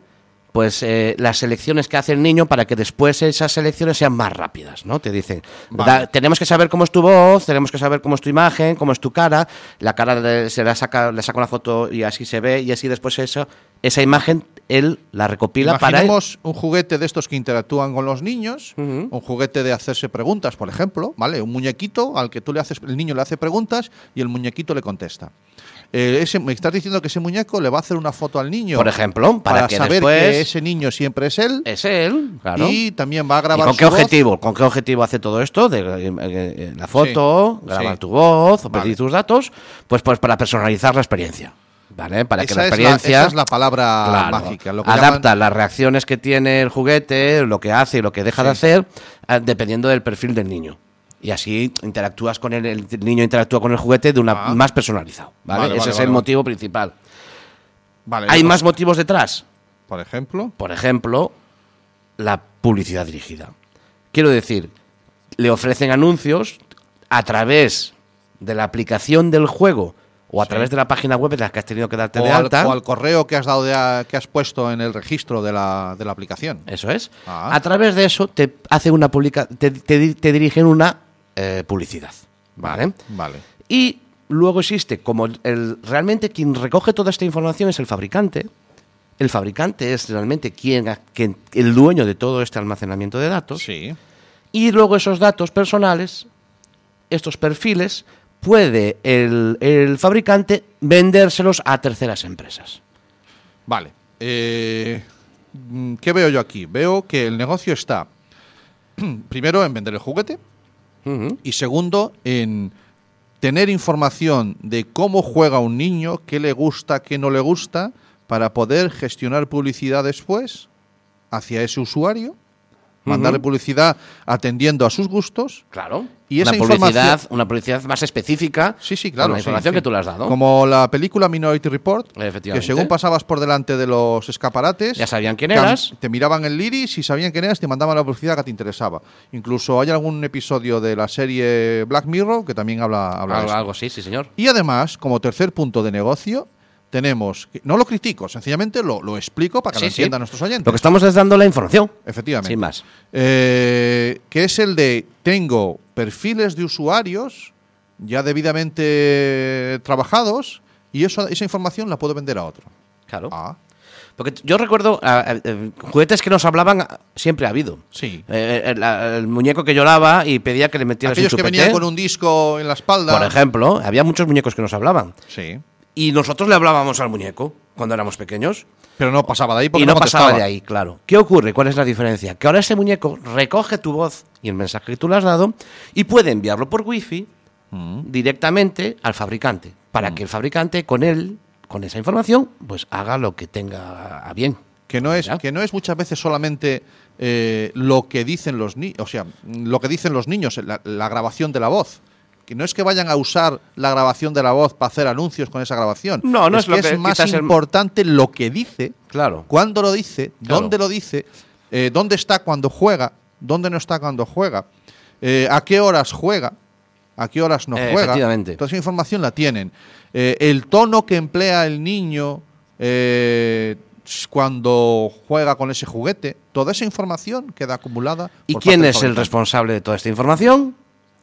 Speaker 4: pues eh, las selecciones que hace el niño para que después esas selecciones sean más rápidas, ¿no? Te dicen,
Speaker 3: Vale.
Speaker 4: "Da- tenemos que saber cómo es tu voz, tenemos que saber cómo es tu imagen, cómo es tu cara, la cara de- se la saca, le saca una foto y así se ve y así después eso, esa imagen él la recopila para él.
Speaker 3: Imaginemos un juguete de estos que interactúan con los niños,
Speaker 4: Ujú.
Speaker 3: un juguete de hacerse preguntas, por ejemplo, ¿vale? Un muñequito al que tú le haces, el niño le hace preguntas y el muñequito le contesta. Eh, ese- me estás diciendo que ese muñeco le va a hacer una foto al niño.
Speaker 4: Por ejemplo, para que
Speaker 3: saber
Speaker 4: después-
Speaker 3: que ese niño siempre es él.
Speaker 4: Es él, claro.
Speaker 3: Y también va a
Speaker 4: ¿Y
Speaker 3: grabar
Speaker 4: con qué
Speaker 3: su voz.
Speaker 4: objetivo? ¿Con qué objetivo hace todo esto? De, eh, eh, la foto,
Speaker 3: Sí,
Speaker 4: grabar
Speaker 3: sí.
Speaker 4: tu voz, o
Speaker 3: Vale.
Speaker 4: pedir tus datos, pues, pues para personalizar la experiencia. ¿Vale? Para que
Speaker 3: Esa
Speaker 4: la
Speaker 3: es la-
Speaker 4: experiencia.
Speaker 3: esa es la palabra
Speaker 4: Claro,
Speaker 3: mágica, lo que
Speaker 4: adapta
Speaker 3: llaman-
Speaker 4: las reacciones que tiene el juguete, lo que hace y lo que deja de hacer, eh, dependiendo del perfil del niño. Y así interactúas con el, el niño interactúa con el juguete de una
Speaker 3: Ah.
Speaker 4: más personalizado. ¿vale?
Speaker 3: Vale,
Speaker 4: Ese
Speaker 3: vale,
Speaker 4: es
Speaker 3: vale,
Speaker 4: el
Speaker 3: vale.
Speaker 4: motivo principal.
Speaker 3: Vale,
Speaker 4: ¿Hay
Speaker 3: pues,
Speaker 4: más motivos detrás?
Speaker 3: Por ejemplo.
Speaker 4: Por ejemplo, la publicidad dirigida. Quiero decir, le ofrecen anuncios a través de la aplicación del juego o a través de la página web de la que has tenido que darte
Speaker 3: O
Speaker 4: de
Speaker 3: al,
Speaker 4: alta.
Speaker 3: o al correo que has dado de a- que has puesto en el registro de la, de la aplicación.
Speaker 4: Eso es.
Speaker 3: Ah.
Speaker 4: A través de eso te hace una publica- te, te di- te dirigen una eh, publicidad. ¿Vale?
Speaker 3: Vale.
Speaker 4: Y luego existe, como el- el- realmente quien recoge toda esta información es el fabricante. El fabricante es realmente quien, a- quien- el dueño de todo este almacenamiento de datos.
Speaker 3: Sí.
Speaker 4: Y luego esos datos personales, estos perfiles, puede el, el fabricante vendérselos a terceras empresas.
Speaker 3: Vale. Eh, mm, ¿Qué veo yo aquí? Veo que el negocio está, primero, en vender el juguete y segundo, en tener información de cómo juega un niño, qué le gusta, qué no le gusta, para poder gestionar publicidad después hacia ese usuario, mandarle publicidad atendiendo a sus gustos.
Speaker 4: Claro.
Speaker 3: Y esa
Speaker 4: una publicidad,
Speaker 3: información-
Speaker 4: una publicidad más específica.
Speaker 3: Sí, sí, claro.
Speaker 4: Con la
Speaker 3: sí,
Speaker 4: información
Speaker 3: sí.
Speaker 4: que tú le has dado.
Speaker 3: Como la película Minority Report, que
Speaker 4: Efectivamente.
Speaker 3: según pasabas por delante de los escaparates,
Speaker 4: Ya sabían quién
Speaker 3: cam-
Speaker 4: eras.
Speaker 3: Te miraban el iris y sabían quién eras, te mandaban la publicidad que te interesaba. Incluso hay algún episodio de la serie Black Mirror que también habla, habla de
Speaker 4: algo,
Speaker 3: esto.
Speaker 4: algo así, sí, señor.
Speaker 3: Y además, como tercer punto de negocio, tenemos. que- No lo critico, sencillamente lo, lo explico para que
Speaker 4: Sí,
Speaker 3: lo
Speaker 4: sí.
Speaker 3: entiendan nuestros oyentes.
Speaker 4: Lo que estamos es dando la información.
Speaker 3: Efectivamente.
Speaker 4: Sin más.
Speaker 3: Eh, que es el de tengo perfiles de usuarios ya debidamente trabajados y eso, esa información la puedo vender a otro.
Speaker 4: Claro.
Speaker 3: Ah,
Speaker 4: Porque t- yo recuerdo ah, ah, eh, juguetes que nos hablaban, ah, siempre ha habido.
Speaker 3: sí.
Speaker 4: Eh, eh, la- el muñeco que lloraba y pedía que le metieras
Speaker 3: Aquellos
Speaker 4: un
Speaker 3: que
Speaker 4: chupete.
Speaker 3: venían con un disco en la espalda.
Speaker 4: Por ejemplo, había muchos muñecos que nos hablaban.
Speaker 3: Sí.
Speaker 4: Y nosotros le hablábamos al muñeco cuando éramos pequeños.
Speaker 3: Pero no pasaba de ahí porque
Speaker 4: Y no
Speaker 3: contestaba.
Speaker 4: pasaba de ahí, claro. ¿Qué ocurre? ¿Cuál es la diferencia? Que ahora ese muñeco recoge tu voz y el mensaje que tú le has dado y puede enviarlo por wifi
Speaker 3: Mm.
Speaker 4: directamente al fabricante. Para que el fabricante con él, con esa información, pues haga lo que tenga a bien.
Speaker 3: Que no es,
Speaker 4: Ya.
Speaker 3: que no es muchas veces solamente eh, lo que dicen los niños, o sea, lo que dicen los niños, la, la grabación de la voz. Que no es que vayan a usar la grabación de la voz para hacer anuncios con esa grabación.
Speaker 4: No, no es lo
Speaker 3: que
Speaker 4: que
Speaker 3: es más
Speaker 4: quizás el-
Speaker 3: importante lo que dice,
Speaker 4: Claro.
Speaker 3: cuándo lo dice,
Speaker 4: Claro.
Speaker 3: dónde lo dice, eh, dónde está cuando juega, dónde no está cuando juega, eh, a qué horas juega, a qué horas no
Speaker 4: Eh,
Speaker 3: juega.
Speaker 4: efectivamente.
Speaker 3: Toda esa información la tienen. Eh, el tono que emplea el niño eh, cuando juega con ese juguete, toda esa información queda acumulada.
Speaker 4: ¿Y
Speaker 3: por parte
Speaker 4: quién
Speaker 3: del
Speaker 4: es el
Speaker 3: fabricante.
Speaker 4: responsable de toda esta información?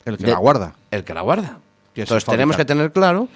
Speaker 3: El que
Speaker 4: de-
Speaker 3: la guarda.
Speaker 4: El que la guarda.
Speaker 3: Que es
Speaker 4: Entonces
Speaker 3: el
Speaker 4: tenemos que
Speaker 3: fabricante.
Speaker 4: tener claro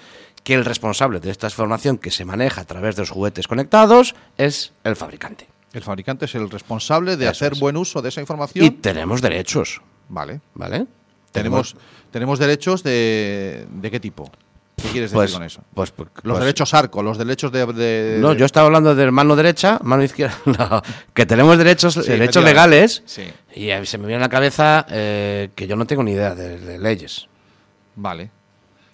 Speaker 4: que el responsable de esta información que se maneja a través de los juguetes conectados es el fabricante.
Speaker 3: El fabricante es el responsable de
Speaker 4: Eso
Speaker 3: hacer
Speaker 4: es.
Speaker 3: buen uso de esa información.
Speaker 4: Y tenemos derechos,
Speaker 3: vale.
Speaker 4: ¿vale?
Speaker 3: Tenemos, tenemos derechos de, de qué tipo. ¿Qué quieres decir
Speaker 4: pues,
Speaker 3: con eso?
Speaker 4: pues- pues-
Speaker 3: Los
Speaker 4: pues-
Speaker 3: derechos arco, los derechos de. de-
Speaker 4: No,
Speaker 3: de-
Speaker 4: yo estaba hablando de mano derecha, mano izquierda. no, que tenemos derechos, derechos
Speaker 3: efectivamente.
Speaker 4: legales.
Speaker 3: Sí.
Speaker 4: Y a mí se me viene a la cabeza eh, que yo no tengo ni idea de, de leyes.
Speaker 3: Vale.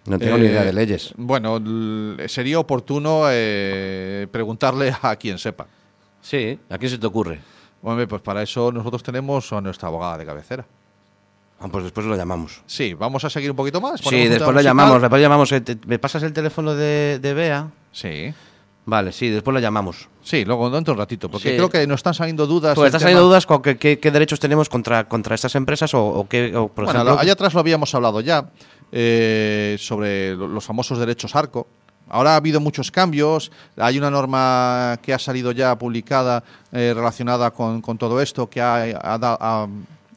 Speaker 4: No tengo ni
Speaker 3: Eh,
Speaker 4: idea de leyes.
Speaker 3: Bueno, l- sería oportuno eh, preguntarle a quien sepa.
Speaker 4: Sí, ¿a quién se te ocurre?
Speaker 3: Hombre, pues para eso nosotros tenemos a nuestra abogada de cabecera.
Speaker 4: Ah, pues después lo llamamos.
Speaker 3: Sí, vamos a seguir un poquito más. ponemos
Speaker 4: Sí,
Speaker 3: un
Speaker 4: después
Speaker 3: tema
Speaker 4: lo
Speaker 3: musical.
Speaker 4: llamamos, después lo llamamos. Eh, te- ¿Me pasas el teléfono de, de Bea?
Speaker 3: Sí.
Speaker 4: Vale, sí, después lo llamamos.
Speaker 3: Sí, luego dentro de un ratito, porque
Speaker 4: Sí.
Speaker 3: creo que nos están saliendo dudas.
Speaker 4: Pues
Speaker 3: del
Speaker 4: ¿Estás
Speaker 3: tema.
Speaker 4: saliendo dudas con que- qué, qué derechos tenemos contra, contra estas empresas o, o qué, o, por
Speaker 3: Bueno,
Speaker 4: ejemplo?
Speaker 3: lo- allá atrás lo habíamos hablado ya eh, sobre lo- los famosos derechos arco. Ahora ha habido muchos cambios. Hay una norma que ha salido ya publicada eh, relacionada con, con todo esto que ha, ha da- ha-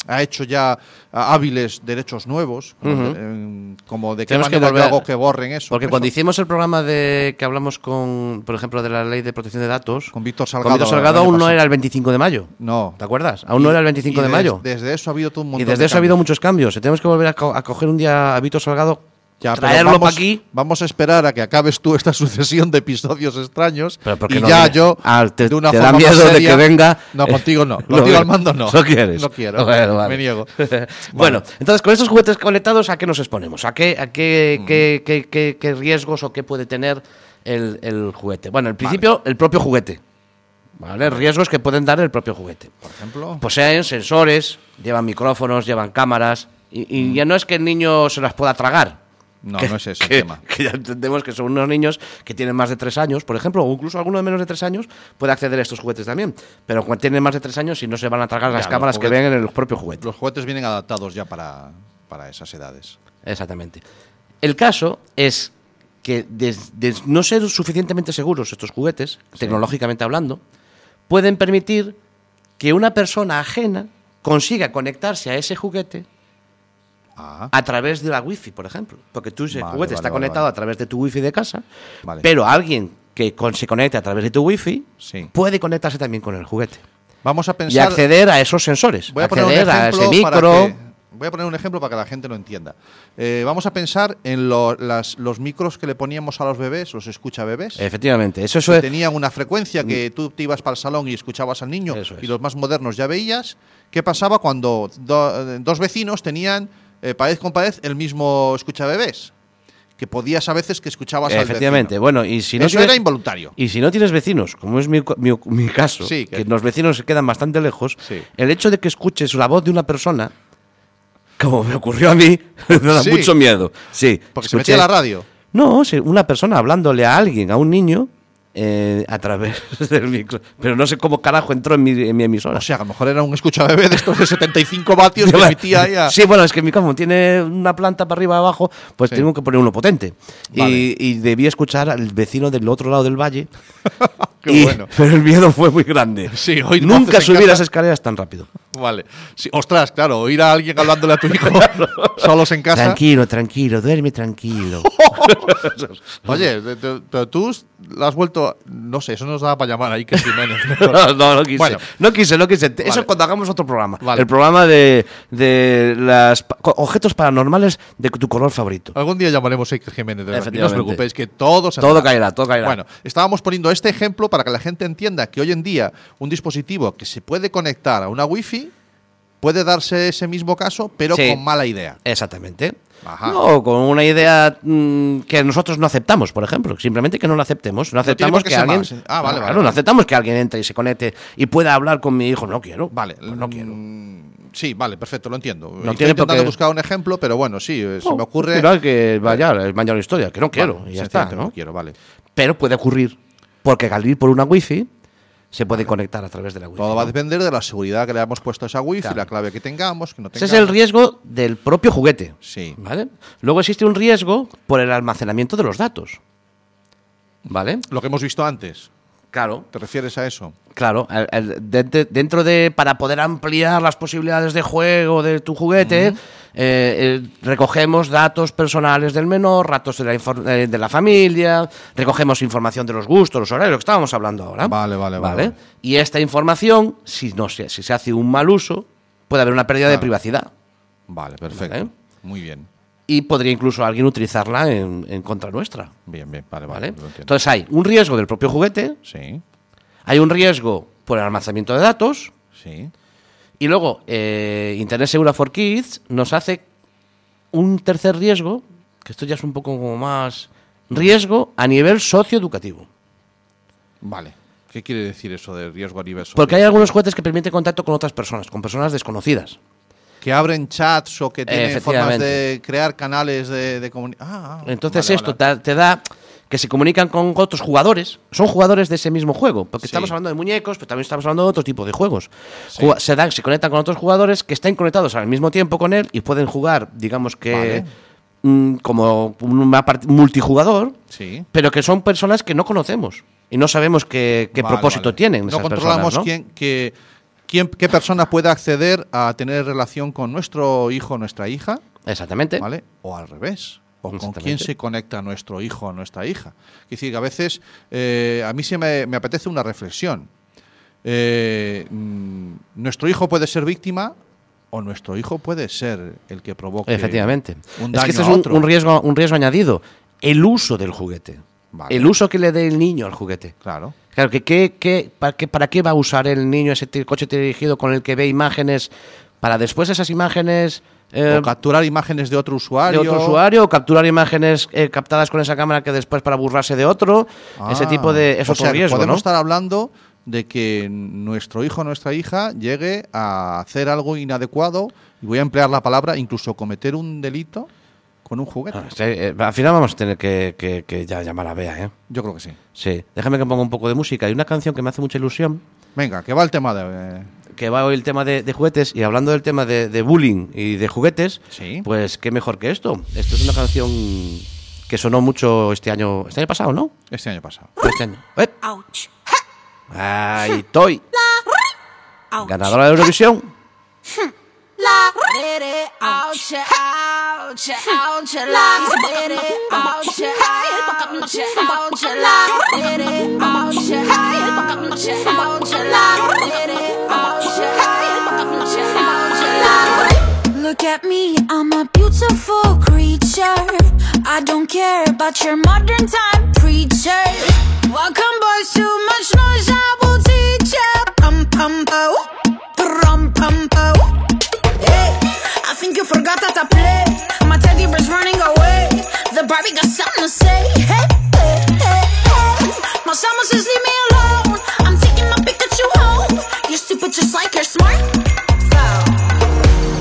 Speaker 3: ha hecho ya hábiles derechos nuevos, como, de, em, como de qué
Speaker 4: Tenemos que
Speaker 3: manera
Speaker 4: volver-
Speaker 3: yo hago que borren eso.
Speaker 4: Porque
Speaker 3: eso.
Speaker 4: cuando hicimos el programa de que hablamos con, por ejemplo, de la ley de protección de datos,
Speaker 3: Con Víctor Salgado, el año
Speaker 4: aún no
Speaker 3: pasado.
Speaker 4: era el 25 de mayo.
Speaker 3: No.
Speaker 4: ¿Te acuerdas? Aún
Speaker 3: Y-
Speaker 4: no era el 25
Speaker 3: y
Speaker 4: de
Speaker 3: des-
Speaker 4: mayo.
Speaker 3: Desde eso ha habido todo un montón
Speaker 4: y desde
Speaker 3: de
Speaker 4: eso ha habido
Speaker 3: cambios.
Speaker 4: muchos cambios. Tenemos que volver a, co- a coger un día a Víctor Salgado,
Speaker 3: Ya, pero
Speaker 4: traerlo
Speaker 3: vamos-
Speaker 4: para aquí.
Speaker 3: Vamos a esperar a que acabes tú esta sucesión de episodios extraños.
Speaker 4: Pero ¿por qué
Speaker 3: y
Speaker 4: no
Speaker 3: ya
Speaker 4: viene?
Speaker 3: yo.
Speaker 4: Ah, te-
Speaker 3: de una
Speaker 4: te da
Speaker 3: forma más
Speaker 4: miedo de
Speaker 3: seria-
Speaker 4: que venga.
Speaker 3: No, contigo no.
Speaker 4: Lo
Speaker 3: Contigo
Speaker 4: veo.
Speaker 3: al mando no.
Speaker 4: ¿No quieres?
Speaker 3: No quiero.
Speaker 4: Bueno, vale.
Speaker 3: Me niego.
Speaker 4: bueno, entonces con estos juguetes conectados, ¿a qué nos exponemos? ¿A qué, a qué, qué, qué- qué- qué riesgos o qué puede tener el, el juguete? Bueno, en principio, el propio juguete. ¿Vale? Riesgos que pueden dar el propio juguete.
Speaker 3: Por ejemplo.
Speaker 4: Poseen Pues sensores, llevan micrófonos, llevan cámaras. Y, y ya no es que el niño se las pueda
Speaker 3: Mm.
Speaker 4: tragar.
Speaker 3: No,
Speaker 4: que-
Speaker 3: no es ese el
Speaker 4: que-
Speaker 3: tema.
Speaker 4: Que ya entendemos que son unos niños que tienen más de tres años, por ejemplo, o incluso alguno de menos de tres años puede acceder a estos juguetes también. Pero cuando tienen más de tres años, si no se van a tragar las
Speaker 3: Ya, los
Speaker 4: cámaras que
Speaker 3: juguetes-
Speaker 4: ven en los propios juguetes.
Speaker 3: Los juguetes vienen adaptados ya para, para esas edades.
Speaker 4: Exactamente. El caso es que de, de no ser suficientemente seguros estos juguetes, tecnológicamente hablando, pueden permitir que una persona ajena consiga conectarse a ese juguete
Speaker 3: Ah,
Speaker 4: a través de la wifi, por ejemplo. Porque tú, ese
Speaker 3: Vale, vale,
Speaker 4: juguete está
Speaker 3: vale,
Speaker 4: conectado
Speaker 3: vale.
Speaker 4: a través de tu wifi de casa,
Speaker 3: Vale.
Speaker 4: pero alguien que con- se conecte a través de tu wifi
Speaker 3: Sí.
Speaker 4: puede conectarse también con el juguete
Speaker 3: vamos a
Speaker 4: y
Speaker 3: pensar.
Speaker 4: acceder a esos sensores,
Speaker 3: Voy a poner un
Speaker 4: acceder a
Speaker 3: ejemplo
Speaker 4: ese
Speaker 3: para
Speaker 4: micro.
Speaker 3: que- voy a poner un ejemplo para que la gente lo entienda. Eh, vamos a pensar en lo- las- los micros que le poníamos a los bebés, los escucha bebés.
Speaker 4: Efectivamente, eso, eso
Speaker 3: que
Speaker 4: es. Mm.
Speaker 3: tenían una frecuencia que tú te ibas para el salón y escuchabas al niño
Speaker 4: Eso es.
Speaker 3: y los más modernos ya veías. ¿Qué pasaba cuando do- eh, dos vecinos tenían eh, pared con pared el mismo escucha bebés? Que podías a veces que escuchabas al
Speaker 4: Efectivamente,
Speaker 3: vecino.
Speaker 4: bueno, y si no
Speaker 3: Eso
Speaker 4: tienes-
Speaker 3: era involuntario.
Speaker 4: Y si no tienes vecinos, como es mi, cu- mi- mi caso,
Speaker 3: Sí,
Speaker 4: que...
Speaker 3: que-
Speaker 4: los vecinos se quedan bastante lejos,
Speaker 3: Sí.
Speaker 4: el hecho de que escuches la voz de una persona, como me ocurrió a mí, me da
Speaker 3: Sí.
Speaker 4: mucho miedo. Sí,
Speaker 3: Porque
Speaker 4: escuché-
Speaker 3: se metía la radio.
Speaker 4: No, sí, una persona hablándole a alguien, a un niño, eh, a través del micro. Pero no sé cómo carajo entró en mi, en mi emisora.
Speaker 3: O sea, a lo mejor era un escucha bebé de estos de 75 vatios que emitía ahí a-
Speaker 4: Sí, bueno, es que mi como tiene una planta para arriba y abajo, pues
Speaker 3: Sí.
Speaker 4: tengo que poner uno potente.
Speaker 3: Vale.
Speaker 4: Y, y debí escuchar al vecino del otro lado del valle.
Speaker 3: Qué
Speaker 4: y-
Speaker 3: bueno.
Speaker 4: Pero el miedo fue muy grande.
Speaker 3: Sí, hoy no
Speaker 4: Nunca
Speaker 3: haces en
Speaker 4: subí
Speaker 3: casa.
Speaker 4: las escaleras tan rápido.
Speaker 3: Vale. Sí, ostras, claro, oír a alguien hablándole a tu hijo solos en casa.
Speaker 4: Tranquilo, tranquilo, duerme tranquilo.
Speaker 3: Oye, te- te- te- tú la has vuelto. No sé, eso nos da para llamar ahí que Jiménez. mejor.
Speaker 4: No, no, no quise.
Speaker 3: Bueno.
Speaker 4: no quise, no quise. Eso
Speaker 3: Vale.
Speaker 4: cuando hagamos otro programa.
Speaker 3: Vale.
Speaker 4: El programa de, de las pa- co- objetos paranormales de tu color favorito.
Speaker 3: Algún día llamaremos a Iker Jiménez. de verdad. Y No os
Speaker 4: Efectivamente.
Speaker 3: preocupéis, que todo se
Speaker 4: Todo
Speaker 3: hará.
Speaker 4: caerá, todo caerá.
Speaker 3: Bueno, estábamos poniendo este ejemplo para que la gente entienda que hoy en día un dispositivo que se puede conectar a una wifi puede darse ese mismo caso, pero
Speaker 4: Sí.
Speaker 3: con mala idea.
Speaker 4: Exactamente.
Speaker 3: Ajá.
Speaker 4: No, con una idea mm, que nosotros no aceptamos, por ejemplo. Simplemente que no la aceptemos. No
Speaker 3: tiene por
Speaker 4: aceptamos
Speaker 3: qué
Speaker 4: que
Speaker 3: ser
Speaker 4: alguien.
Speaker 3: malo, sí. Ah, vale,
Speaker 4: Claro,
Speaker 3: vale,
Speaker 4: no
Speaker 3: vale.
Speaker 4: aceptamos que alguien entre y se conecte y pueda hablar con mi hijo. No quiero.
Speaker 3: Vale,
Speaker 4: Pues no quiero.
Speaker 3: mm, Sí, vale, perfecto, lo entiendo. Estoy
Speaker 4: tiene por
Speaker 3: intentando
Speaker 4: qué-
Speaker 3: buscar un ejemplo, pero bueno, sí, eh, se
Speaker 4: No,
Speaker 3: me ocurre.
Speaker 4: Oh, mira que vaya, es mayor historia, que no quiero.
Speaker 3: Vale,
Speaker 4: y ya está,
Speaker 3: sencillamente
Speaker 4: ¿no? Pues
Speaker 3: quiero, vale.
Speaker 4: Pero puede ocurrir. Porque al ir por una wifi se puede conectar a través de la wifi.
Speaker 3: Todo va a
Speaker 4: ¿no?
Speaker 3: depender de la seguridad que le hayamos puesto a esa wifi,
Speaker 4: Claro.
Speaker 3: la clave que tengamos, que no
Speaker 4: Ese
Speaker 3: tengamos.
Speaker 4: es el riesgo del propio juguete.
Speaker 3: Sí.
Speaker 4: ¿Vale? Luego existe un riesgo por el almacenamiento de los datos. ¿Vale?
Speaker 3: Lo que hemos visto antes,
Speaker 4: Claro.
Speaker 3: ¿te refieres a eso?
Speaker 4: Claro, al- al- de- de- dentro de. Para poder ampliar las posibilidades de juego de tu juguete, eh, eh, recogemos datos personales del menor, datos de la, infor- eh, de la familia, recogemos información de los gustos, los horarios, lo que estábamos hablando ahora.
Speaker 3: Vale, vale, vale, vale.
Speaker 4: Y esta información, si, no se, si se hace un mal uso, puede haber una pérdida de
Speaker 3: Claro.
Speaker 4: privacidad.
Speaker 3: Vale, perfecto.
Speaker 4: Vale.
Speaker 3: Muy bien.
Speaker 4: Y podría incluso alguien utilizarla en, en contra nuestra.
Speaker 3: Bien, bien, vale, vale.
Speaker 4: ¿Vale?
Speaker 3: lo entiendo.
Speaker 4: Entonces hay un riesgo del propio juguete,
Speaker 3: sí,
Speaker 4: hay un riesgo por el almacenamiento de datos.
Speaker 3: sí.
Speaker 4: Y luego, eh, Internet Segura for Kids nos hace un tercer riesgo que esto ya es un poco como más riesgo a nivel socioeducativo.
Speaker 3: Vale. ¿Qué quiere decir eso de riesgo a nivel social?
Speaker 4: Porque hay algunos cohetes que permiten contacto con otras personas, con personas desconocidas.
Speaker 3: Que abren chats o que tienen formas
Speaker 4: Efectivamente.
Speaker 3: de crear canales de, Ah, de comunicación.
Speaker 4: Entonces esto ta- te da que se comunican con otros jugadores, son jugadores de ese mismo juego, porque
Speaker 3: Sí.
Speaker 4: estamos hablando de muñecos, pero también estamos hablando de otro tipo de juegos.
Speaker 3: Sí.
Speaker 4: Juga- Se, dan, se conectan con otros jugadores que están conectados al mismo tiempo con él y pueden jugar, digamos que
Speaker 3: Vale.
Speaker 4: mm, como un part- multijugador,
Speaker 3: Sí.
Speaker 4: pero que son personas que no conocemos y no sabemos qué, qué
Speaker 3: Vale,
Speaker 4: propósito
Speaker 3: vale.
Speaker 4: tienen.
Speaker 3: No
Speaker 4: esas
Speaker 3: controlamos
Speaker 4: personas, ¿no?
Speaker 3: quién, que, quién, qué persona puede acceder a tener relación con nuestro hijo o nuestra hija,
Speaker 4: Exactamente.
Speaker 3: ¿vale? O al revés. O con
Speaker 4: Exactamente.
Speaker 3: quién se conecta nuestro hijo o nuestra hija. Es decir, que a veces eh, a mí se me, me apetece una reflexión. Eh, mm, nuestro hijo puede ser víctima o nuestro hijo puede ser el que provoque
Speaker 4: Efectivamente.
Speaker 3: un
Speaker 4: es
Speaker 3: daño
Speaker 4: que este
Speaker 3: a
Speaker 4: es un,
Speaker 3: otro.
Speaker 4: un riesgo, un riesgo añadido. El uso del juguete.
Speaker 3: Vale.
Speaker 4: El uso que le dé el niño al juguete.
Speaker 3: Claro.
Speaker 4: Claro, que, que- que- para, qué, ¿para qué va a usar el niño ese ti- coche dirigido con el que ve imágenes para después esas imágenes eh,
Speaker 3: o capturar imágenes de otro usuario.
Speaker 4: de otro usuario o capturar imágenes eh, captadas con esa cámara que después para burlarse de otro? ese
Speaker 3: Ah,
Speaker 4: tipo de... Eso
Speaker 3: o
Speaker 4: es
Speaker 3: sea,
Speaker 4: un
Speaker 3: que
Speaker 4: riesgo,
Speaker 3: podemos
Speaker 4: ¿no?
Speaker 3: estar hablando de que nuestro hijo o nuestra hija llegue a hacer algo inadecuado, y voy a emplear la palabra, incluso cometer un delito con un juguete.
Speaker 4: Ah, sí, eh, al final vamos a tener que, que- que ya llamar a Bea, ¿eh?
Speaker 3: Yo creo que sí.
Speaker 4: Sí. Déjame que ponga un poco de música. Hay una canción que me hace mucha ilusión.
Speaker 3: Venga, que va el tema de... eh,
Speaker 4: que va hoy el tema de, de juguetes y hablando del tema de, de bullying y de juguetes,
Speaker 3: Sí.
Speaker 4: pues qué mejor que esto. Esto es una canción que sonó mucho este año, este año pasado, ¿no?
Speaker 3: este año pasado.
Speaker 4: Este año. ¡Eh!
Speaker 1: Ouch.
Speaker 4: ¡Ay, Toy!
Speaker 1: Ouch.
Speaker 4: Ganadora de Eurovisión.
Speaker 1: Look at me, I'm a beautiful creature. I don't care about your modern time preacher. Welcome, boys, too much noise, I will teach ya. Pum pum pow, pum pum pow. Hey, I think you forgot that I play. My teddy bear's running away. The Barbie got something to say. Hey, hey, hey, hey. My summer says leave me alone. I'm taking my Pikachu home. You're stupid just like you're smart. So.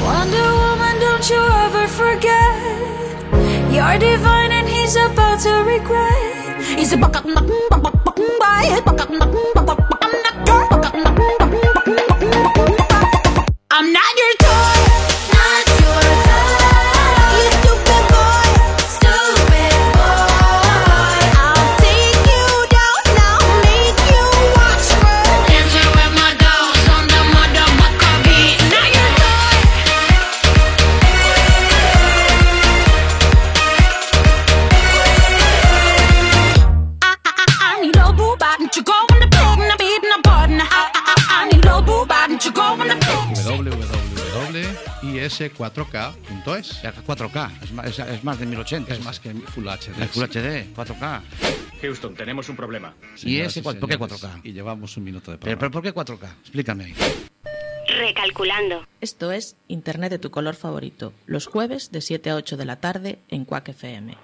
Speaker 1: Wonder Woman, don't you ever forget You're divine and he's about to regret He's a buck up buck buck buck buck buy buck up buck buck buck buck I'm not your buck up buck buck buck buck buck buck I'm not your toy Not your toy You stupid boy Stupid boy I'll take you down Now make you watch me Dancing with my dolls on the motherfucker beat Not your toy I need a boo bot, you go on the plug and I'm eating a button. I, I, I need a boo bot, you go on the plug.
Speaker 3: www.is4k.es
Speaker 7: 4K, es ma- es- es más, de 1080.
Speaker 3: Es más que Full HD.
Speaker 7: El Full HD, 4K.
Speaker 8: Houston, tenemos un problema.
Speaker 7: ¿Y ese cua- por qué 4K?
Speaker 3: Y llevamos un minuto de
Speaker 7: Pero, pero ¿por qué 4K? Explícame.
Speaker 9: Recalculando.
Speaker 2: Esto es Internet de tu color favorito, los jueves de 7 a 8 de la tarde en Quack FM.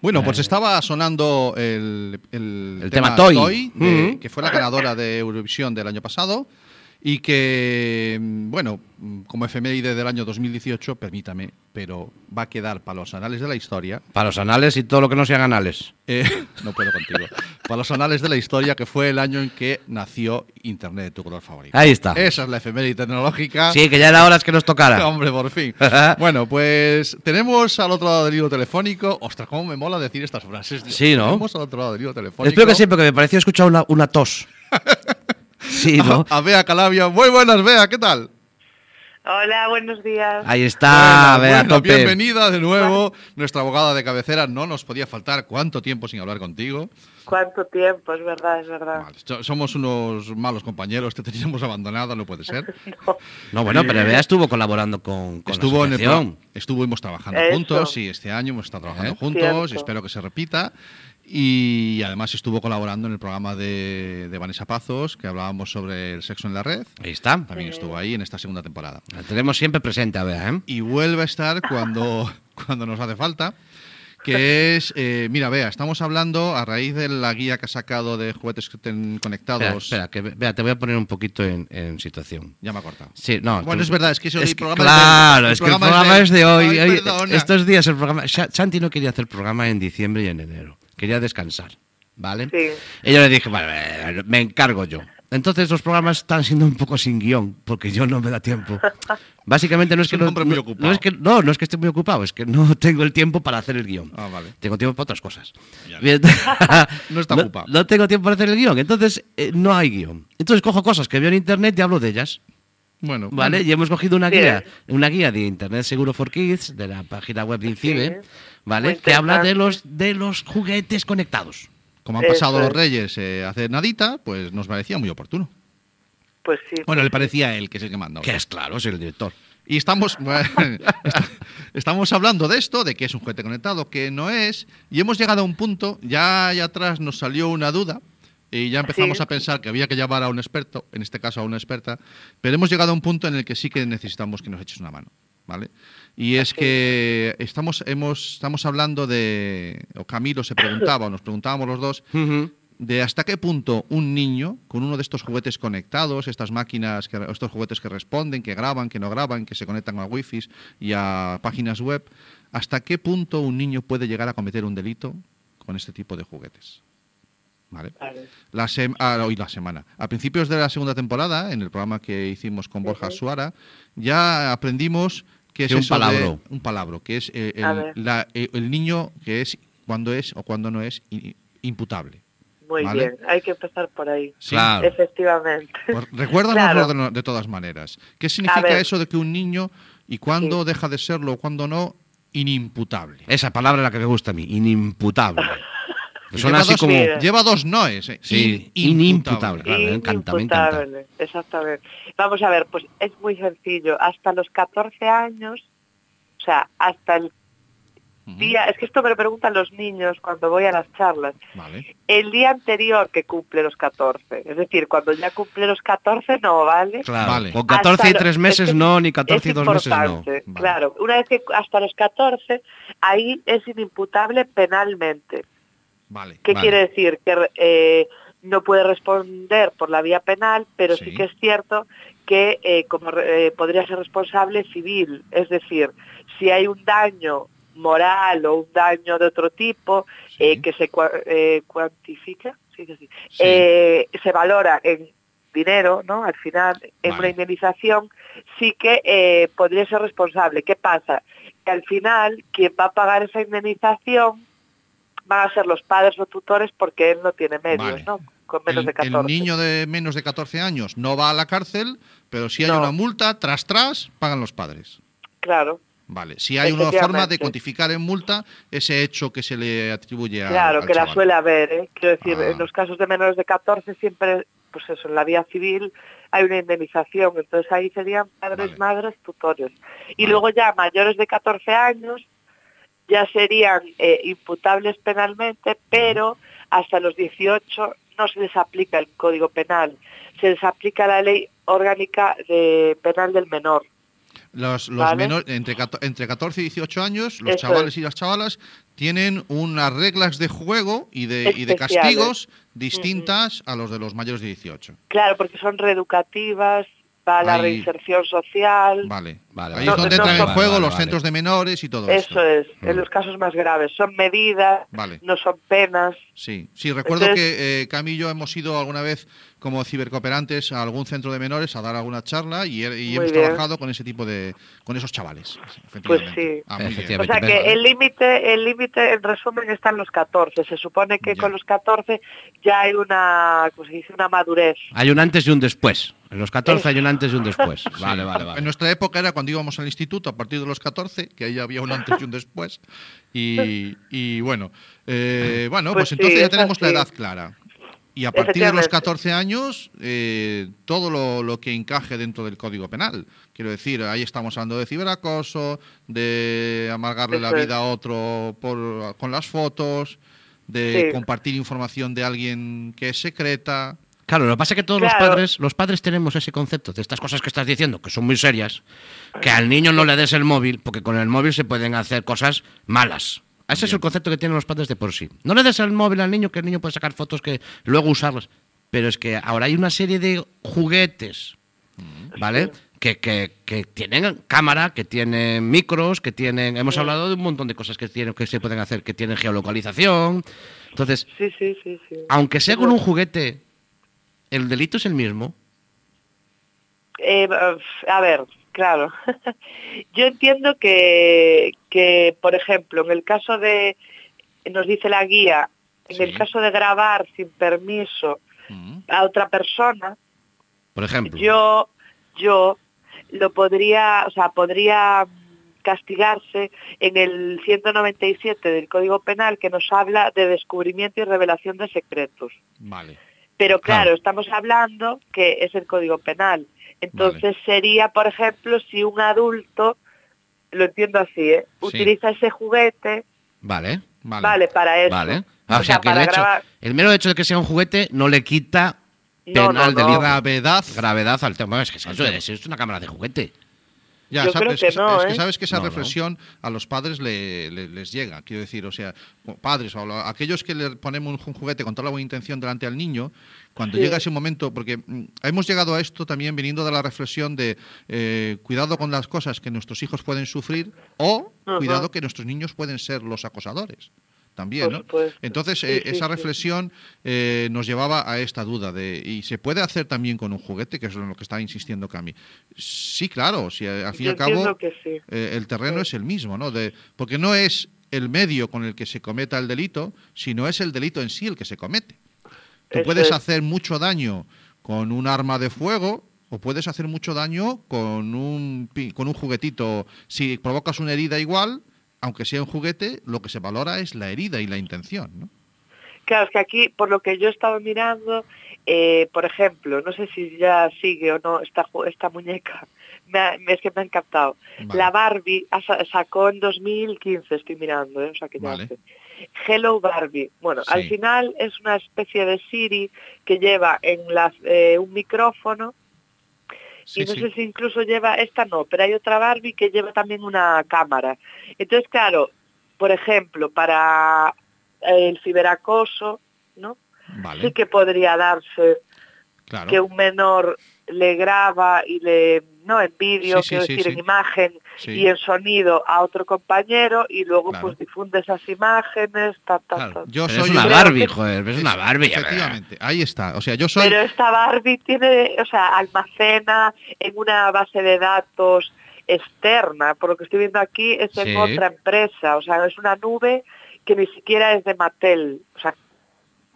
Speaker 3: Bueno, pues estaba sonando el, el
Speaker 7: El tema Toy.
Speaker 3: de-
Speaker 7: Ujú.
Speaker 3: que fue la ganadora de Eurovisión del año pasado y que, mm, bueno, mm, como efeméride del año 2018, permítame, pero va a quedar para los anales de la historia,
Speaker 4: Para los anales y todo lo que no sean anales.
Speaker 3: eh, no puedo contigo, para los anales de la historia que fue el año en que nació Internet de tu color favorito.
Speaker 4: Ahí está.
Speaker 3: Esa es la efeméride tecnológica.
Speaker 4: Sí, que ya era hora es que nos tocara.
Speaker 3: Hombre, por fin. bueno, pues tenemos al otro lado del hilo telefónico. Ostras, cómo me mola decir estas frases. tío.
Speaker 4: Sí, ¿no?
Speaker 3: Tenemos al otro lado del hilo telefónico.
Speaker 4: Espero que sí, porque me pareció escuchar una, una tos. Sí, ¿no?
Speaker 3: A Bea Calabia. Muy buenas, Bea, ¿qué tal?
Speaker 10: Hola, buenos días.
Speaker 4: Ahí está,
Speaker 3: Buenas,
Speaker 4: vea,
Speaker 3: buenas,
Speaker 4: Ah, tope.
Speaker 3: bienvenida de nuevo. Nuestra abogada de cabecera no nos podía faltar cuánto tiempo sin hablar contigo.
Speaker 10: ¿Cuánto tiempo? Es verdad, es verdad.
Speaker 3: Vale, so- somos unos malos compañeros, te teníamos abandonada, no puede ser.
Speaker 4: No, bueno, pero vea, estuvo colaborando con, con
Speaker 3: Estuvo
Speaker 4: la
Speaker 3: en el
Speaker 4: asociación.
Speaker 3: pro- estuvimos trabajando
Speaker 10: Eso.
Speaker 3: juntos y este año hemos estado trabajando juntos y
Speaker 10: Cierto.
Speaker 3: espero que se repita. Y además estuvo colaborando en el programa de, de Vanessa Pazos, que hablábamos sobre el sexo en la red.
Speaker 4: Ahí está.
Speaker 3: También estuvo ahí en esta segunda temporada.
Speaker 4: La tenemos siempre presente, a ver, ¿eh?
Speaker 3: Y vuelve a estar cuando cuando nos hace falta. Que es, eh, mira, vea, estamos hablando a raíz de la guía que ha sacado de juguetes que ten-
Speaker 4: Espera,
Speaker 3: conectados.
Speaker 4: espera, que, ve- vea, te voy a poner un poquito en, en situación.
Speaker 3: Ya me ha cortado.
Speaker 4: Sí, no.
Speaker 3: Bueno,
Speaker 4: tú-
Speaker 3: es verdad, es que eso- el programa es de-
Speaker 4: Claro,
Speaker 3: el
Speaker 4: es que el
Speaker 3: programa es
Speaker 4: programa
Speaker 3: de-
Speaker 4: es de hoy.
Speaker 3: Ay,
Speaker 4: Hoy-
Speaker 3: perdona.
Speaker 4: estos días el programa. Sha- Shanti no quería hacer programa en diciembre y en enero. Quería descansar, ¿vale?
Speaker 10: Sí.
Speaker 4: Y yo le dije, vale, vale, me encargo yo. Entonces los programas están siendo un poco sin guión, porque yo no me da tiempo. Básicamente no es
Speaker 3: Es
Speaker 4: que
Speaker 3: un
Speaker 4: no,
Speaker 3: hombre muy
Speaker 4: no-
Speaker 3: ocupado.
Speaker 4: no es que no, no es que esté muy ocupado, es que no tengo el tiempo para hacer el guión.
Speaker 3: Ah, vale.
Speaker 4: Tengo tiempo para otras cosas.
Speaker 3: Ya.
Speaker 4: Bien.
Speaker 3: No está ocupado.
Speaker 4: No tengo tiempo para hacer el guión, entonces eh, no hay guión. Entonces cojo cosas que veo en internet y hablo de ellas.
Speaker 3: Bueno,
Speaker 4: ¿Vale? Y hemos cogido una
Speaker 10: Sí.
Speaker 4: guía, una guía de Internet Seguro for Kids, de la página web de Incibe, ¿vale?
Speaker 10: Muy
Speaker 4: Que habla de
Speaker 10: interesante.
Speaker 4: los, de los juguetes conectados.
Speaker 3: como han
Speaker 10: Eso
Speaker 3: pasado los
Speaker 10: es.
Speaker 3: reyes eh, hace nadita, pues nos parecía muy oportuno.
Speaker 10: Pues sí.
Speaker 3: Bueno, le parecía a él, que es el que manda.
Speaker 4: Que es claro, soy el director.
Speaker 3: Y estamos, est- estamos hablando de esto, de que es un juguete conectado, que no es, y hemos llegado a un punto, ya allá atrás nos salió una duda, y ya empezamos
Speaker 10: Sí.
Speaker 3: a pensar que había que llamar a un experto, en este caso a una experta, pero hemos llegado a un punto en el que sí que necesitamos que nos eches una mano, ¿vale? Y es que estamos, hemos, estamos hablando de, o Camilo se preguntaba, o nos preguntábamos los dos, de hasta qué punto un niño con uno de estos juguetes conectados, estas máquinas, que, estos juguetes que responden, que graban, que no graban, que se conectan a wifi y a páginas web, hasta qué punto un niño puede llegar a cometer un delito con este tipo de juguetes. ¿Vale?
Speaker 10: Vale.
Speaker 3: La sem- ah, hoy la semana. A principios de la segunda temporada, en el programa que hicimos con Borja Suara, ya aprendimos que es
Speaker 4: Sí, un
Speaker 3: eso de-
Speaker 4: palabro.
Speaker 3: un palabro, que es eh,
Speaker 10: A
Speaker 3: el,
Speaker 10: ver.
Speaker 3: la- eh, el niño que es cuando es o cuando no es i- imputable.
Speaker 10: Muy
Speaker 3: Vale.
Speaker 10: bien, hay que empezar por ahí.
Speaker 3: Sí.
Speaker 4: Claro.
Speaker 10: Efectivamente.
Speaker 3: Pues recuérdanoslo
Speaker 10: Claro.
Speaker 3: de, no- de todas maneras. ¿Qué significa
Speaker 10: ver.
Speaker 3: eso de que un niño y cuándo deja de serlo o cuándo no inimputable?
Speaker 4: Esa palabra es la que me gusta a mí, inimputable. Pues Son
Speaker 3: Lleva
Speaker 4: así
Speaker 3: dos-
Speaker 4: como...
Speaker 10: Mira.
Speaker 3: lleva dos noes. eh.
Speaker 4: Sí,
Speaker 3: In-
Speaker 4: inimputable. Claro, me encanta, me encanta.
Speaker 10: Imputable, Exactamente. Vamos a ver, pues es muy sencillo. Hasta los 14 años, o sea, hasta el día, es que esto me lo preguntan los niños cuando voy a las charlas,
Speaker 3: Vale.
Speaker 10: el día anterior que cumple los 14, es decir, cuando ya cumple los 14 no, ¿vale?
Speaker 4: Claro,
Speaker 3: Vale.
Speaker 4: con 14
Speaker 10: Hasta
Speaker 4: y
Speaker 10: lo-
Speaker 4: 3 meses
Speaker 10: es que
Speaker 4: no, ni 14 y
Speaker 10: es
Speaker 4: 2 meses no.
Speaker 10: importante,
Speaker 3: Vale.
Speaker 10: Claro, una vez que hasta los 14, ahí es inimputable penalmente.
Speaker 3: Vale.
Speaker 10: ¿Qué
Speaker 3: vale.
Speaker 10: quiere decir? Que eh, no puede responder por la vía penal, pero sí,
Speaker 3: Sí.
Speaker 10: que es cierto que eh, como re- eh, podría ser responsable civil, es decir, si hay un daño moral o un daño de otro tipo
Speaker 3: Sí.
Speaker 10: eh, que se cua- eh, cuantifica, sí, sí, sí,
Speaker 3: Sí.
Speaker 10: eh, se valora en dinero, ¿no? Al final, en
Speaker 3: Vale.
Speaker 10: una indemnización, sí que eh, podría ser responsable. ¿Qué pasa? Que al final, quien va a pagar esa indemnización van a ser los padres o tutores porque él no tiene medios,
Speaker 3: Vale.
Speaker 10: ¿no? Con menos
Speaker 3: El,
Speaker 10: de
Speaker 3: el
Speaker 10: 14.
Speaker 3: niño de menos de 14 años no va a la cárcel, pero si hay
Speaker 10: No.
Speaker 3: una multa, tras tras, pagan los padres.
Speaker 10: Claro,
Speaker 3: Vale. Si hay una forma de
Speaker 10: Efectivamente.
Speaker 3: cuantificar en multa ese hecho que se le atribuye a.
Speaker 10: claro,
Speaker 3: al
Speaker 10: que la
Speaker 3: chaval.
Speaker 10: suele haber, ¿eh? Quiero decir,
Speaker 3: Ah.
Speaker 10: en los casos de menores de 14 siempre, pues eso, en la vía civil hay una indemnización, entonces ahí serían padres,
Speaker 3: Vale.
Speaker 10: madres, tutores. Y
Speaker 3: Vale.
Speaker 10: luego ya mayores de 14 años ya serían eh, imputables penalmente, pero hasta los 18 no se les aplica el Código Penal, se les aplica la Ley Orgánica de Penal del Menor.
Speaker 3: Los, los
Speaker 10: ¿Vale?
Speaker 3: menor- entre, cato- entre 14 y 18 años, los
Speaker 10: Eso es.
Speaker 3: chavales y las chavalas tienen unas reglas de juego y de, y de
Speaker 10: Especiales. Mm,
Speaker 3: castigos distintas a los de los mayores de 18.
Speaker 10: Claro, porque son reeducativas, va la
Speaker 3: Ahí-
Speaker 10: reinserción social.
Speaker 3: Vale,
Speaker 4: Vale,
Speaker 3: Ahí
Speaker 4: vale.
Speaker 3: es donde
Speaker 10: No,
Speaker 3: entran
Speaker 10: no,
Speaker 3: en juego
Speaker 4: vale,
Speaker 3: los
Speaker 4: vale.
Speaker 3: centros de menores y todo
Speaker 10: Eso
Speaker 3: esto.
Speaker 10: es, en los casos más graves. Son medidas,
Speaker 3: Mm. Vale.
Speaker 10: no son penas.
Speaker 3: Sí, sí, recuerdo
Speaker 10: Entonces-
Speaker 3: que eh, Cami y yo hemos ido alguna vez como cibercooperantes a algún centro de menores a dar alguna charla y, he- y
Speaker 10: Muy
Speaker 3: hemos
Speaker 10: bien. Pues
Speaker 3: trabajado con ese tipo de. con esos chavales. efectivamente.
Speaker 10: sí.
Speaker 3: Ah, muy bien.
Speaker 10: O
Speaker 4: Efectivamente.
Speaker 10: sea
Speaker 4: Vale.
Speaker 10: que el límite, el límite, en resumen, está en los 14. Se supone que
Speaker 3: Ya.
Speaker 10: con los 14 ya hay una, como se dice, una madurez.
Speaker 4: Hay un antes y un después. Pues, En los 14 hay un antes y un después. Vale, vale,
Speaker 3: En
Speaker 4: vale.
Speaker 3: nuestra época era cuando íbamos al instituto a partir de los 14, que ahí había un antes y un después. Y, y bueno, eh, bueno, pues,
Speaker 10: Pues sí,
Speaker 3: entonces ya
Speaker 10: es
Speaker 3: tenemos la
Speaker 10: así.
Speaker 3: edad clara. Y a partir de los
Speaker 10: Efectivamente.
Speaker 3: 14 años, eh, todo lo, lo que encaje dentro del Código Penal. Quiero decir, ahí estamos hablando de ciberacoso, de amargarle la
Speaker 10: Eso es.
Speaker 3: vida a otro por, con las fotos, de
Speaker 10: Sí.
Speaker 3: compartir información de alguien que es secreta.
Speaker 4: Claro, lo que pasa es que todos los
Speaker 10: Claro.
Speaker 4: padres, los padres tenemos ese concepto de estas cosas que estás diciendo, que son muy serias, que al niño no le des el móvil, porque con el móvil se pueden hacer cosas malas. Ese es el concepto que tienen los padres de por sí. No le des el móvil al niño, que el niño puede sacar fotos que luego usarlas. Pero es que ahora hay una serie de juguetes, ¿vale? Que, que- que tienen cámara, que tienen micros, que tienen... Hemos hablado de un montón de cosas que, tienen, que se pueden hacer, que tienen geolocalización. Entonces,
Speaker 10: Sí, sí, sí, sí.
Speaker 4: aunque sea con un juguete, el delito es el mismo.
Speaker 10: Eh, a ver, claro. Yo entiendo que, que, por ejemplo, en el caso de, nos dice la guía, en el caso de grabar sin permiso
Speaker 3: Mm.
Speaker 10: a otra persona,
Speaker 4: Por ejemplo.
Speaker 10: yo, yo lo podría, o sea, podría castigarse en el 197 del Código Penal que nos habla de descubrimiento y revelación de secretos.
Speaker 3: Vale.
Speaker 10: Pero claro,
Speaker 4: Claro.
Speaker 10: estamos hablando que es el Código Penal. Entonces sería, por ejemplo, si un adulto, lo entiendo así, ¿eh?
Speaker 4: Sí.
Speaker 10: utiliza ese juguete,
Speaker 4: Vale.
Speaker 10: vale,
Speaker 3: Vale.
Speaker 10: para eso.
Speaker 4: Vale. Ah, o sea, que el,
Speaker 10: para
Speaker 4: hecho-
Speaker 10: grabar-
Speaker 4: el mero hecho de que sea un juguete no le quita
Speaker 10: No,
Speaker 4: penal
Speaker 10: no, no.
Speaker 4: delito.
Speaker 3: Gravedad.
Speaker 4: Gravedad al tema. Es que eso es, es una cámara de juguete.
Speaker 3: Ya,
Speaker 10: Yo
Speaker 3: sabes,
Speaker 10: creo
Speaker 3: es
Speaker 10: que
Speaker 3: que,
Speaker 10: no,
Speaker 3: es que
Speaker 10: ¿eh?
Speaker 3: sabes que esa
Speaker 4: No, no.
Speaker 3: reflexión a los padres le- le- les llega. Quiero decir, o sea, o padres o a aquellos que le ponemos un juguete con toda la buena intención delante al niño, cuando llega ese momento, porque mm, hemos llegado a esto también viniendo de la reflexión de eh, cuidado con las cosas que nuestros hijos pueden sufrir o
Speaker 10: Ajá.
Speaker 3: cuidado que nuestros niños pueden ser los acosadores. También,
Speaker 10: Por
Speaker 3: ¿no?
Speaker 10: supuesto.
Speaker 3: Entonces,
Speaker 10: Sí,
Speaker 3: eh,
Speaker 10: sí,
Speaker 3: esa
Speaker 10: sí.
Speaker 3: reflexión eh, nos llevaba a esta duda de, ¿y se puede hacer también con un juguete? Que es en lo que está insistiendo Cami. Sí, claro, si eh, al fin y
Speaker 10: Yo
Speaker 3: al cabo
Speaker 10: entiendo que sí.
Speaker 3: eh, el terreno es el mismo, ¿no? De, porque no es el medio con el que se cometa el delito, sino es el delito en sí el que se comete. Tú
Speaker 10: Eso
Speaker 3: puedes
Speaker 10: es.
Speaker 3: hacer mucho daño con un arma de fuego o puedes hacer mucho daño con un, pi- con un juguetito. Si provocas una herida igual, aunque sea un juguete, lo que se valora es la herida y la intención, ¿no?
Speaker 10: Claro, es que aquí, por lo que yo estaba mirando, eh, por ejemplo, no sé si ya sigue o no esta, ju- esta muñeca, me ha- me- es que me ha encantado.
Speaker 3: Vale.
Speaker 10: La Barbie ha sa- sacó en 2015, estoy mirando, eh, o sea que ya
Speaker 3: Vale.
Speaker 10: hace. Hello Barbie. Bueno,
Speaker 3: Sí.
Speaker 10: al final es una especie de Siri que lleva en la- eh, un micrófono y
Speaker 3: Sí,
Speaker 10: no
Speaker 3: sí.
Speaker 10: sé si incluso lleva, esta no, pero hay otra Barbie que lleva también una cámara. Entonces, claro, por ejemplo, para el ciberacoso, ¿no?
Speaker 3: Vale,
Speaker 10: Sí que podría darse
Speaker 3: claro.
Speaker 10: que un menor le graba y le, no en vídeo,
Speaker 3: Sí, sí,
Speaker 10: quiero
Speaker 3: sí,
Speaker 10: decir,
Speaker 3: sí.
Speaker 10: en imagen
Speaker 3: Sí.
Speaker 10: y en sonido a otro compañero y luego
Speaker 3: Claro.
Speaker 10: pues difunde esas imágenes, ta, ta,
Speaker 3: Claro,
Speaker 10: ta.
Speaker 3: Yo
Speaker 4: Pero es
Speaker 3: soy
Speaker 4: una
Speaker 3: un-
Speaker 4: Barbie, joder. Es una
Speaker 3: Eso,
Speaker 4: Barbie. a ver.
Speaker 3: Efectivamente, ahí está. O sea, yo soy
Speaker 10: Pero esta Barbie tiene, o sea, almacena en una base de datos externa, por lo que estoy viendo aquí es en
Speaker 4: Sí.
Speaker 10: otra empresa, o sea, es una nube que ni siquiera es de Mattel, o sea,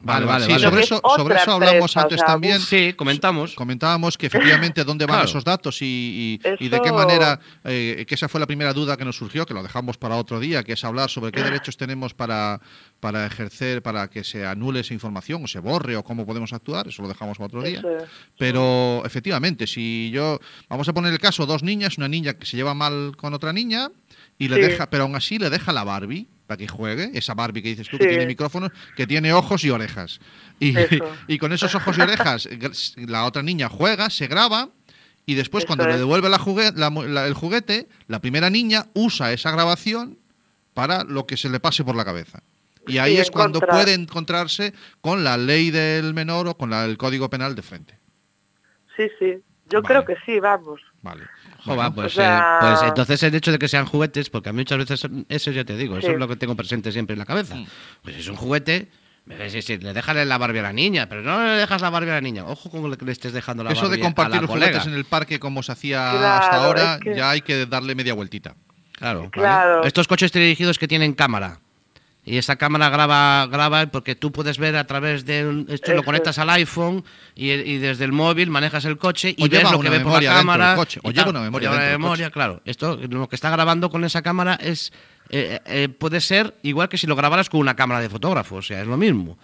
Speaker 4: Vale, vale,
Speaker 3: Sí,
Speaker 4: vale.
Speaker 3: Sobre
Speaker 10: Es
Speaker 3: eso,
Speaker 10: otra
Speaker 3: sobre eso hablamos
Speaker 10: empresa, o
Speaker 3: antes
Speaker 10: sea,
Speaker 3: también.
Speaker 4: Sí, comentamos.
Speaker 3: Comentábamos que efectivamente dónde van
Speaker 4: Claro.
Speaker 3: esos datos y, y- y de
Speaker 10: Eso-
Speaker 3: qué manera, eh, que esa fue la primera duda que nos surgió, que lo dejamos para otro día, que es hablar sobre qué derechos tenemos para, para ejercer, para que se anule esa información o se borre o cómo podemos actuar, eso lo dejamos para otro día.
Speaker 10: Eso es.
Speaker 3: Pero efectivamente, si yo, vamos a poner el caso, dos niñas, una niña que se lleva mal con otra niña y le
Speaker 10: Sí.
Speaker 3: deja, pero aún así le deja la Barbie para que juegue, esa Barbie que dices tú que
Speaker 10: Sí.
Speaker 3: tiene micrófonos, que tiene ojos y orejas. Y,
Speaker 10: Eso.
Speaker 3: y con esos ojos y orejas, gr- la otra niña juega, se graba. Y después,
Speaker 10: Eso
Speaker 3: cuando le
Speaker 10: es.
Speaker 3: devuelve la jugue- la mu- la- el juguete, la primera niña usa esa grabación para lo que se le pase por la cabeza. Y ahí
Speaker 10: Sí,
Speaker 3: es
Speaker 10: en
Speaker 3: cuando
Speaker 10: contra.
Speaker 3: puede encontrarse con la ley del menor o con la- el código penal de frente.
Speaker 10: sí, sí, yo
Speaker 3: Vale.
Speaker 10: creo que sí, vamos.
Speaker 3: Vale.
Speaker 4: Jova, pues,
Speaker 10: o sea-
Speaker 4: eh, pues entonces el hecho de que sean juguetes, porque a mí muchas veces son- eso ya te digo, eso
Speaker 10: Sí.
Speaker 4: es lo que tengo presente siempre en la cabeza.
Speaker 3: Mm.
Speaker 4: Pues es un juguete, me ves, sí, sí, le dejas la Barbie a la niña, pero no le dejas la Barbie a la niña. Ojo con lo que le estés dejando la
Speaker 3: Eso
Speaker 4: Barbie
Speaker 3: de compartir
Speaker 4: a la
Speaker 3: los
Speaker 4: colega.
Speaker 3: juguetes en el parque como se hacía
Speaker 10: Claro,
Speaker 3: hasta ahora,
Speaker 10: es que-
Speaker 3: ya hay que darle media vueltita.
Speaker 4: Claro, ¿vale?
Speaker 10: Claro.
Speaker 4: Estos coches dirigidos que tienen cámara. Y esa cámara graba, graba porque tú puedes ver a través de un- esto lo
Speaker 10: Eso
Speaker 4: conectas al iPhone y, y desde el móvil manejas el coche y
Speaker 3: O
Speaker 4: ves
Speaker 3: lleva
Speaker 4: lo que
Speaker 3: una
Speaker 4: ve por la
Speaker 3: memoria dentro del
Speaker 4: cámara.
Speaker 3: coche, o
Speaker 4: y
Speaker 3: lleva
Speaker 4: tal.
Speaker 3: una memoria
Speaker 4: Lleva
Speaker 3: dentro del
Speaker 4: memoria, claro. Esto lo que está grabando con esa cámara es eh, eh, puede ser igual que si lo grabaras con una cámara de fotógrafo, o sea, es lo mismo.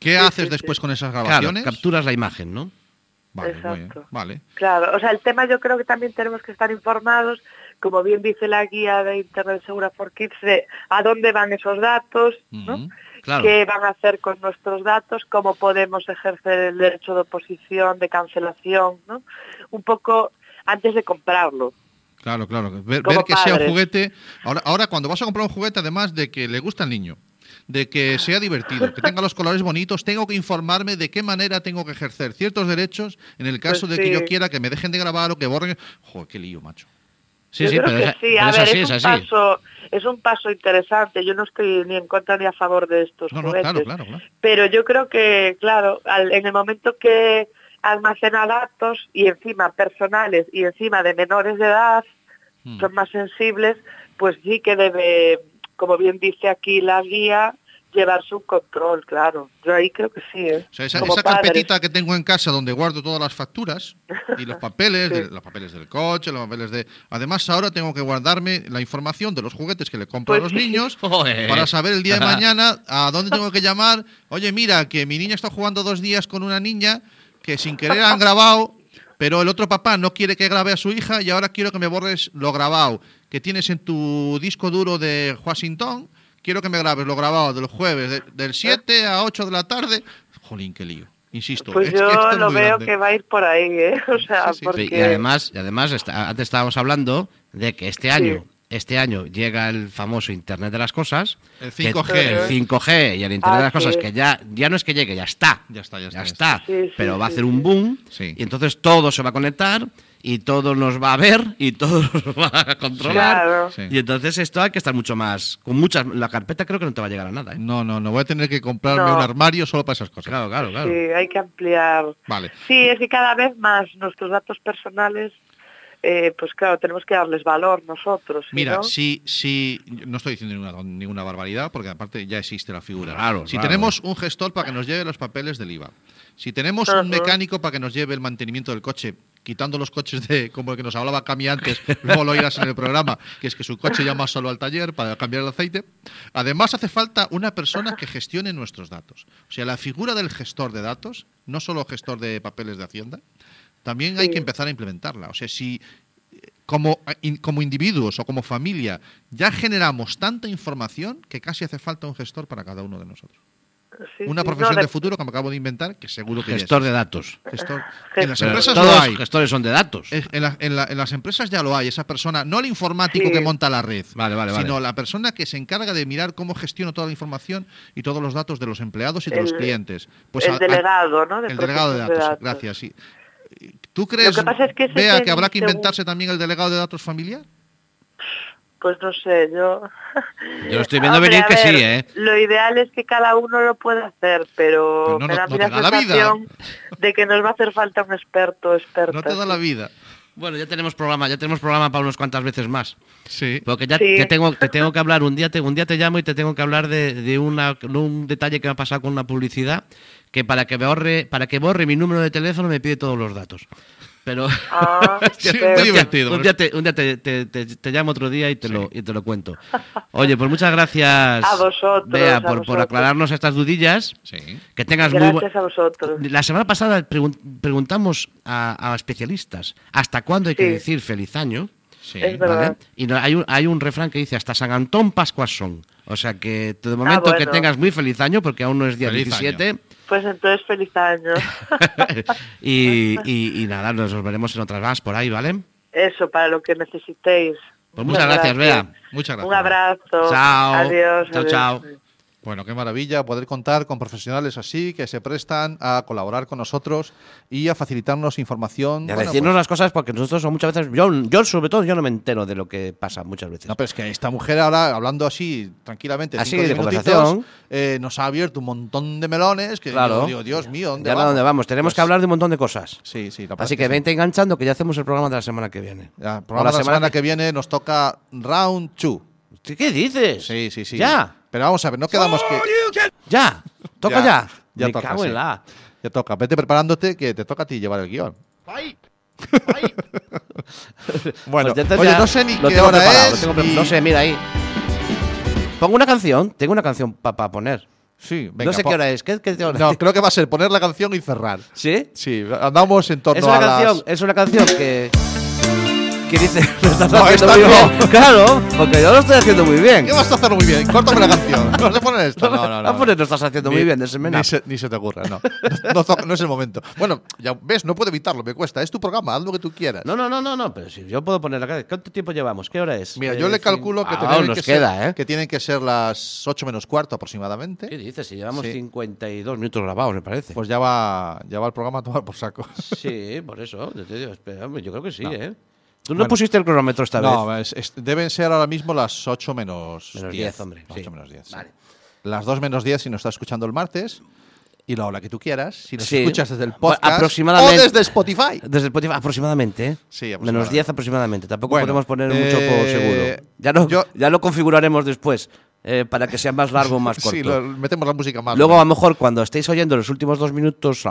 Speaker 3: ¿Qué haces después con esas
Speaker 4: Claro,
Speaker 3: grabaciones?
Speaker 4: capturas la imagen, ¿no?
Speaker 3: vale, muy bien.
Speaker 10: Exacto.
Speaker 3: Vale.
Speaker 10: Claro, o sea, el tema yo creo que también tenemos que estar informados, como bien dice la guía de Internet Segura for Kids, de a dónde van esos datos, ¿no?
Speaker 3: Ujú.
Speaker 4: Claro.
Speaker 10: qué van a hacer con nuestros datos, cómo podemos ejercer el derecho de oposición, de cancelación, ¿no? Un poco antes de comprarlo.
Speaker 3: Claro, claro. Ver,
Speaker 10: Como
Speaker 3: ver que sea un
Speaker 10: padres.
Speaker 3: juguete. Ahora, ahora, cuando vas a comprar un juguete, además de que le gusta al niño, de que sea divertido, que tenga los colores bonitos, tengo que informarme de qué manera tengo que ejercer ciertos derechos en el caso
Speaker 10: Pues
Speaker 3: de que yo
Speaker 10: sí.
Speaker 3: quiera que me dejen de grabar o que borren. Joder, qué lío, macho.
Speaker 4: Sí,
Speaker 10: Yo
Speaker 4: sí,
Speaker 10: creo
Speaker 4: pero
Speaker 10: que
Speaker 4: es,
Speaker 10: sí,
Speaker 4: pero
Speaker 10: a
Speaker 4: es
Speaker 10: ver,
Speaker 4: así,
Speaker 10: es
Speaker 4: es
Speaker 10: un,
Speaker 4: así.
Speaker 10: paso, es un paso interesante. Yo no estoy ni en contra ni a favor de estos
Speaker 3: No, no,
Speaker 10: juguetes.
Speaker 3: claro, claro, claro.
Speaker 10: Pero yo creo que, claro, al- en el momento que almacena datos y encima personales y encima de menores de edad,
Speaker 3: Hmm.
Speaker 10: son más sensibles, pues sí que debe, como bien dice aquí la guía, llevar su control, claro. Yo ahí creo que sí, ¿eh?
Speaker 3: O sea, esa,
Speaker 10: Como
Speaker 3: esa
Speaker 10: padres.
Speaker 3: carpetita que tengo en casa donde guardo todas las facturas y los papeles, de- los papeles del coche, los papeles de... Además, ahora tengo que guardarme la información de los juguetes que le compro a
Speaker 10: Pues
Speaker 3: los niños
Speaker 4: Joder.
Speaker 3: para saber el día de mañana a dónde tengo que llamar. Oye, mira, que mi niña está jugando dos días con una niña que sin querer han grabado, pero el otro papá no quiere que grabe a su hija y ahora quiero que me borres lo grabado que tienes en tu disco duro de Washington. Quiero que me grabes lo grabado del jueves, de- del 7 a 8 de la tarde. Jolín, qué lío. Insisto.
Speaker 10: Pues
Speaker 3: es que
Speaker 10: yo
Speaker 3: esto es
Speaker 10: lo
Speaker 3: muy
Speaker 10: veo
Speaker 3: grande.
Speaker 10: que va a ir por ahí, ¿eh? O sea,
Speaker 3: Sí, sí.
Speaker 10: porque...
Speaker 4: Y además, y además está- antes estábamos hablando de que este año,
Speaker 10: Sí.
Speaker 4: este año llega el famoso Internet de las cosas,
Speaker 3: El
Speaker 4: que-
Speaker 3: 5G.
Speaker 4: el 5G y el Internet de las
Speaker 10: Ah, sí.
Speaker 4: cosas que ya ya no es que llegue, ya está,
Speaker 3: Ya está, ya está,
Speaker 4: ya
Speaker 3: ya
Speaker 4: está.
Speaker 10: está. Sí, sí,
Speaker 4: pero va a
Speaker 10: sí,
Speaker 4: hacer un boom
Speaker 3: Sí.
Speaker 4: y entonces todo se va a conectar y todo nos va a ver y todo nos va a controlar
Speaker 10: Claro.
Speaker 3: Sí.
Speaker 4: y entonces esto hay que estar mucho más con muchas la carpeta creo que no te va a llegar a nada, ¿eh?
Speaker 3: No, no, no. Voy a tener que comprarme
Speaker 10: No.
Speaker 3: un armario solo para esas cosas.
Speaker 4: Claro, claro, claro.
Speaker 10: Sí, hay que ampliar.
Speaker 3: Vale.
Speaker 10: Sí, es que cada vez más nuestros datos personales, eh, pues claro, tenemos que darles valor nosotros. ¿sí,
Speaker 3: Mira,
Speaker 10: no?
Speaker 3: si, si no estoy diciendo ninguna, ninguna barbaridad, porque aparte ya existe la figura.
Speaker 4: Raro,
Speaker 3: si
Speaker 4: raro.
Speaker 3: tenemos un gestor para que nos lleve los papeles del IVA, si tenemos un
Speaker 10: Ajá.
Speaker 3: mecánico para que nos lleve el mantenimiento del coche, quitando los coches de como el que nos hablaba Cami antes, luego lo oirás en el programa, que es que su coche llama solo al taller para cambiar el aceite. Además, hace falta una persona que gestione nuestros datos. O sea, la figura del gestor de datos, no solo gestor de papeles de Hacienda, también hay que empezar a implementarla. O sea, si eh, como, in- como individuos o como familia ya generamos tanta información que casi hace falta un gestor para cada uno de nosotros.
Speaker 10: Sí,
Speaker 3: Una
Speaker 10: sí,
Speaker 3: profesión
Speaker 10: no,
Speaker 3: de futuro que me acabo de inventar, que seguro que ya
Speaker 4: Gestor de
Speaker 3: existe.
Speaker 4: datos.
Speaker 3: Gestor. En las
Speaker 4: Pero
Speaker 3: empresas
Speaker 4: todos
Speaker 3: lo
Speaker 4: los
Speaker 3: hay.
Speaker 4: gestores son de datos.
Speaker 3: Es- En, la- en la- en las empresas ya lo hay, esa persona, no el informático
Speaker 10: Sí.
Speaker 3: que monta la red,
Speaker 4: Vale, vale,
Speaker 3: sino
Speaker 4: vale.
Speaker 3: la persona que se encarga de mirar cómo gestiona toda la información y todos los datos de los empleados y de los
Speaker 10: El-
Speaker 3: clientes. Pues
Speaker 10: el delegado, ¿no? De
Speaker 3: el delegado de datos,
Speaker 10: protección de datos.
Speaker 3: gracias, sí. ¿Tú crees,
Speaker 10: que pasa es que ese
Speaker 3: Bea,
Speaker 10: es
Speaker 3: que
Speaker 10: el
Speaker 3: habrá que
Speaker 10: segundo-
Speaker 3: inventarse también el delegado de datos familiar?
Speaker 10: Pues no sé, yo...
Speaker 4: Yo lo estoy viendo
Speaker 10: Hombre,
Speaker 4: venir
Speaker 10: a
Speaker 4: que sí,
Speaker 10: ver,
Speaker 4: ¿eh?
Speaker 10: Lo ideal es que cada uno lo pueda hacer, pero
Speaker 3: Pero no
Speaker 10: me
Speaker 3: nos-
Speaker 10: da a
Speaker 3: no
Speaker 10: mí
Speaker 3: te
Speaker 10: la
Speaker 3: da la vida.
Speaker 10: sensación de que nos va a hacer falta un experto o experta.
Speaker 3: No toda la vida.
Speaker 4: Bueno, ya tenemos programa, ya tenemos programa para unas cuantas veces más.
Speaker 3: Sí.
Speaker 4: Porque ya
Speaker 10: Sí.
Speaker 4: te, tengo, te tengo que hablar, un día te, un día te llamo y te tengo que hablar de, de una, de un detalle que me ha pasado con una publicidad que para que, me ahorre, para que borre mi número de teléfono me pide todos los datos. Pero
Speaker 10: Ah, ¿eh?
Speaker 3: Sí,
Speaker 10: pero-
Speaker 3: muy divertido.
Speaker 4: un día, te, un día te- te- te- te llamo otro día y te, lo, y te lo cuento. Oye, pues muchas gracias,
Speaker 10: A vosotros,
Speaker 4: Bea,
Speaker 10: a
Speaker 4: por, por
Speaker 10: vosotros.
Speaker 4: aclararnos estas dudillas.
Speaker 3: Sí.
Speaker 4: Que tengas muy bu-
Speaker 10: Gracias a vosotros.
Speaker 4: La semana pasada pregun- preguntamos a, a especialistas hasta cuándo hay que
Speaker 10: Sí.
Speaker 4: decir feliz año.
Speaker 3: Sí.
Speaker 10: Es
Speaker 4: ¿vale?
Speaker 10: verdad.
Speaker 4: Y no- hay, un, hay un refrán que dice hasta San Antón Pascuas son. O sea que de momento que
Speaker 10: Ah, bueno.
Speaker 4: tengas muy feliz año, porque aún no es día
Speaker 3: Feliz
Speaker 4: 17.
Speaker 10: Pues entonces, feliz año.
Speaker 4: y, y- y nada, nos veremos en otras más por ahí, ¿vale?
Speaker 11: Pues
Speaker 10: Eso, para lo que necesitéis.
Speaker 4: Pues muchas gracias, Bea.
Speaker 3: Muchas gracias.
Speaker 10: Un abrazo.
Speaker 4: Chao.
Speaker 10: Adiós.
Speaker 4: Chao,
Speaker 10: adiós.
Speaker 4: chao.
Speaker 3: Bueno, qué maravilla poder contar con profesionales así que se prestan a colaborar con nosotros y a facilitarnos información.
Speaker 11: Y a
Speaker 3: Bueno,
Speaker 11: decirnos
Speaker 3: pues-
Speaker 11: las cosas porque nosotros son muchas veces. Yo, yo, sobre todo, yo no me entero de lo que pasa muchas veces.
Speaker 3: Este, No, pero es que esta mujer ahora, hablando así, tranquilamente,
Speaker 11: Así,
Speaker 3: cinco o diez
Speaker 11: de
Speaker 3: minutitos,
Speaker 11: conversación.
Speaker 3: eh, nos ha abierto un montón de melones que
Speaker 11: Claro.
Speaker 3: yo digo, Dios mío, ¿dónde
Speaker 11: ya
Speaker 3: vamos?
Speaker 11: a dónde vamos. Tenemos
Speaker 3: Pues-
Speaker 11: que hablar de un montón de cosas.
Speaker 3: Sí, sí. la verdad
Speaker 11: Así
Speaker 3: es
Speaker 11: que
Speaker 3: sí.
Speaker 11: vente enganchando que ya hacemos el programa de la semana que viene.
Speaker 3: Ya, el
Speaker 11: O
Speaker 3: programa de la semana, que viene nos toca Round 2.
Speaker 11: ¿Qué- ¿Qué dices?
Speaker 3: Sí, sí, sí.
Speaker 11: Ya,
Speaker 3: Pero vamos a ver, no quedamos que.
Speaker 11: ya. Toca
Speaker 3: Ya,
Speaker 11: ya.
Speaker 3: ya
Speaker 11: Me
Speaker 3: toca,
Speaker 11: cago en
Speaker 3: sí.
Speaker 11: la.
Speaker 3: Ya toca. Vete preparándote que te toca a ti llevar el guión. Bueno,
Speaker 11: Pues entonces
Speaker 3: oye,
Speaker 11: ya
Speaker 3: no sé ni
Speaker 11: lo
Speaker 3: qué
Speaker 11: tengo
Speaker 3: hora
Speaker 11: preparado, lo
Speaker 3: es.
Speaker 11: tengo pre-
Speaker 3: y-
Speaker 11: No sé, mira ahí. Pongo una canción. Tengo una canción para poner.
Speaker 3: Sí,
Speaker 11: no
Speaker 3: venga,
Speaker 11: sé
Speaker 3: po-
Speaker 11: qué hora es. ¿Qué, qué hora
Speaker 3: No,
Speaker 11: es?
Speaker 3: creo que va a ser poner la canción y cerrar.
Speaker 11: ¿Sí?
Speaker 3: Sí, andamos en torno
Speaker 11: Es una
Speaker 3: a las-
Speaker 11: canción, es una canción que,
Speaker 4: que dice, lo estás
Speaker 3: No,
Speaker 4: haciendo
Speaker 3: esta
Speaker 4: muy
Speaker 3: no.
Speaker 4: bien. Claro, porque yo lo estoy haciendo muy bien.
Speaker 3: ¿Qué vas a hacer muy bien? Córtame la canción. No se pone esto. No, no, no.
Speaker 4: Ah, pues lo estás haciendo muy bien, de semana.
Speaker 3: Ni se, ni se te ocurra, no. No, no to- no es el momento. Bueno, ya ves, no puedo evitarlo, me cuesta. Es tu programa, haz lo que tú quieras.
Speaker 4: No, no, no, no, no, pero si yo puedo poner la cara. ¿Cuánto tiempo llevamos? ¿Qué hora es?
Speaker 3: Mira,
Speaker 4: Eh,
Speaker 3: yo le
Speaker 4: cin-
Speaker 3: calculo que,
Speaker 4: Ah,
Speaker 3: tendrían
Speaker 4: nos
Speaker 3: que
Speaker 4: queda,
Speaker 3: ser,
Speaker 4: ¿eh?
Speaker 3: que tienen que ser las 8 menos cuarto aproximadamente.
Speaker 4: ¿Qué dices? Si llevamos
Speaker 3: Sí.
Speaker 4: 52 minutos grabados, me parece.
Speaker 3: Pues ya va, ya va el programa a tomar por saco.
Speaker 4: sí, por eso. Yo, te digo, espera, yo creo que sí,
Speaker 3: No.
Speaker 4: ¿eh? Tú no
Speaker 3: Bueno.
Speaker 4: pusiste el cronómetro esta vez.
Speaker 3: No, es- es- deben ser ahora mismo las 8 menos,
Speaker 4: Menos 10, hombre,
Speaker 3: Las
Speaker 4: sí.
Speaker 3: 8 menos 10. sí.
Speaker 4: Vale.
Speaker 3: Las 2 menos 10 si nos estás escuchando el martes. Y la hora que tú quieras, si nos
Speaker 4: Sí.
Speaker 3: escuchas desde el
Speaker 4: Bueno,
Speaker 3: podcast
Speaker 4: aproximadamente-
Speaker 3: o desde Spotify.
Speaker 4: Eh, Desde Spotify, aproximadamente, ¿eh?
Speaker 3: Sí, aproximadamente.
Speaker 4: Menos 10 aproximadamente. Tampoco
Speaker 3: Bueno,
Speaker 4: podemos poner
Speaker 3: eh,
Speaker 4: mucho por seguro. Ya lo,
Speaker 3: yo-
Speaker 4: ya lo configuraremos después eh, para que sea más largo o más corto.
Speaker 3: Sí, lo- metemos la música más.
Speaker 4: Luego, a lo mejor, cuando estéis oyendo los últimos dos minutos,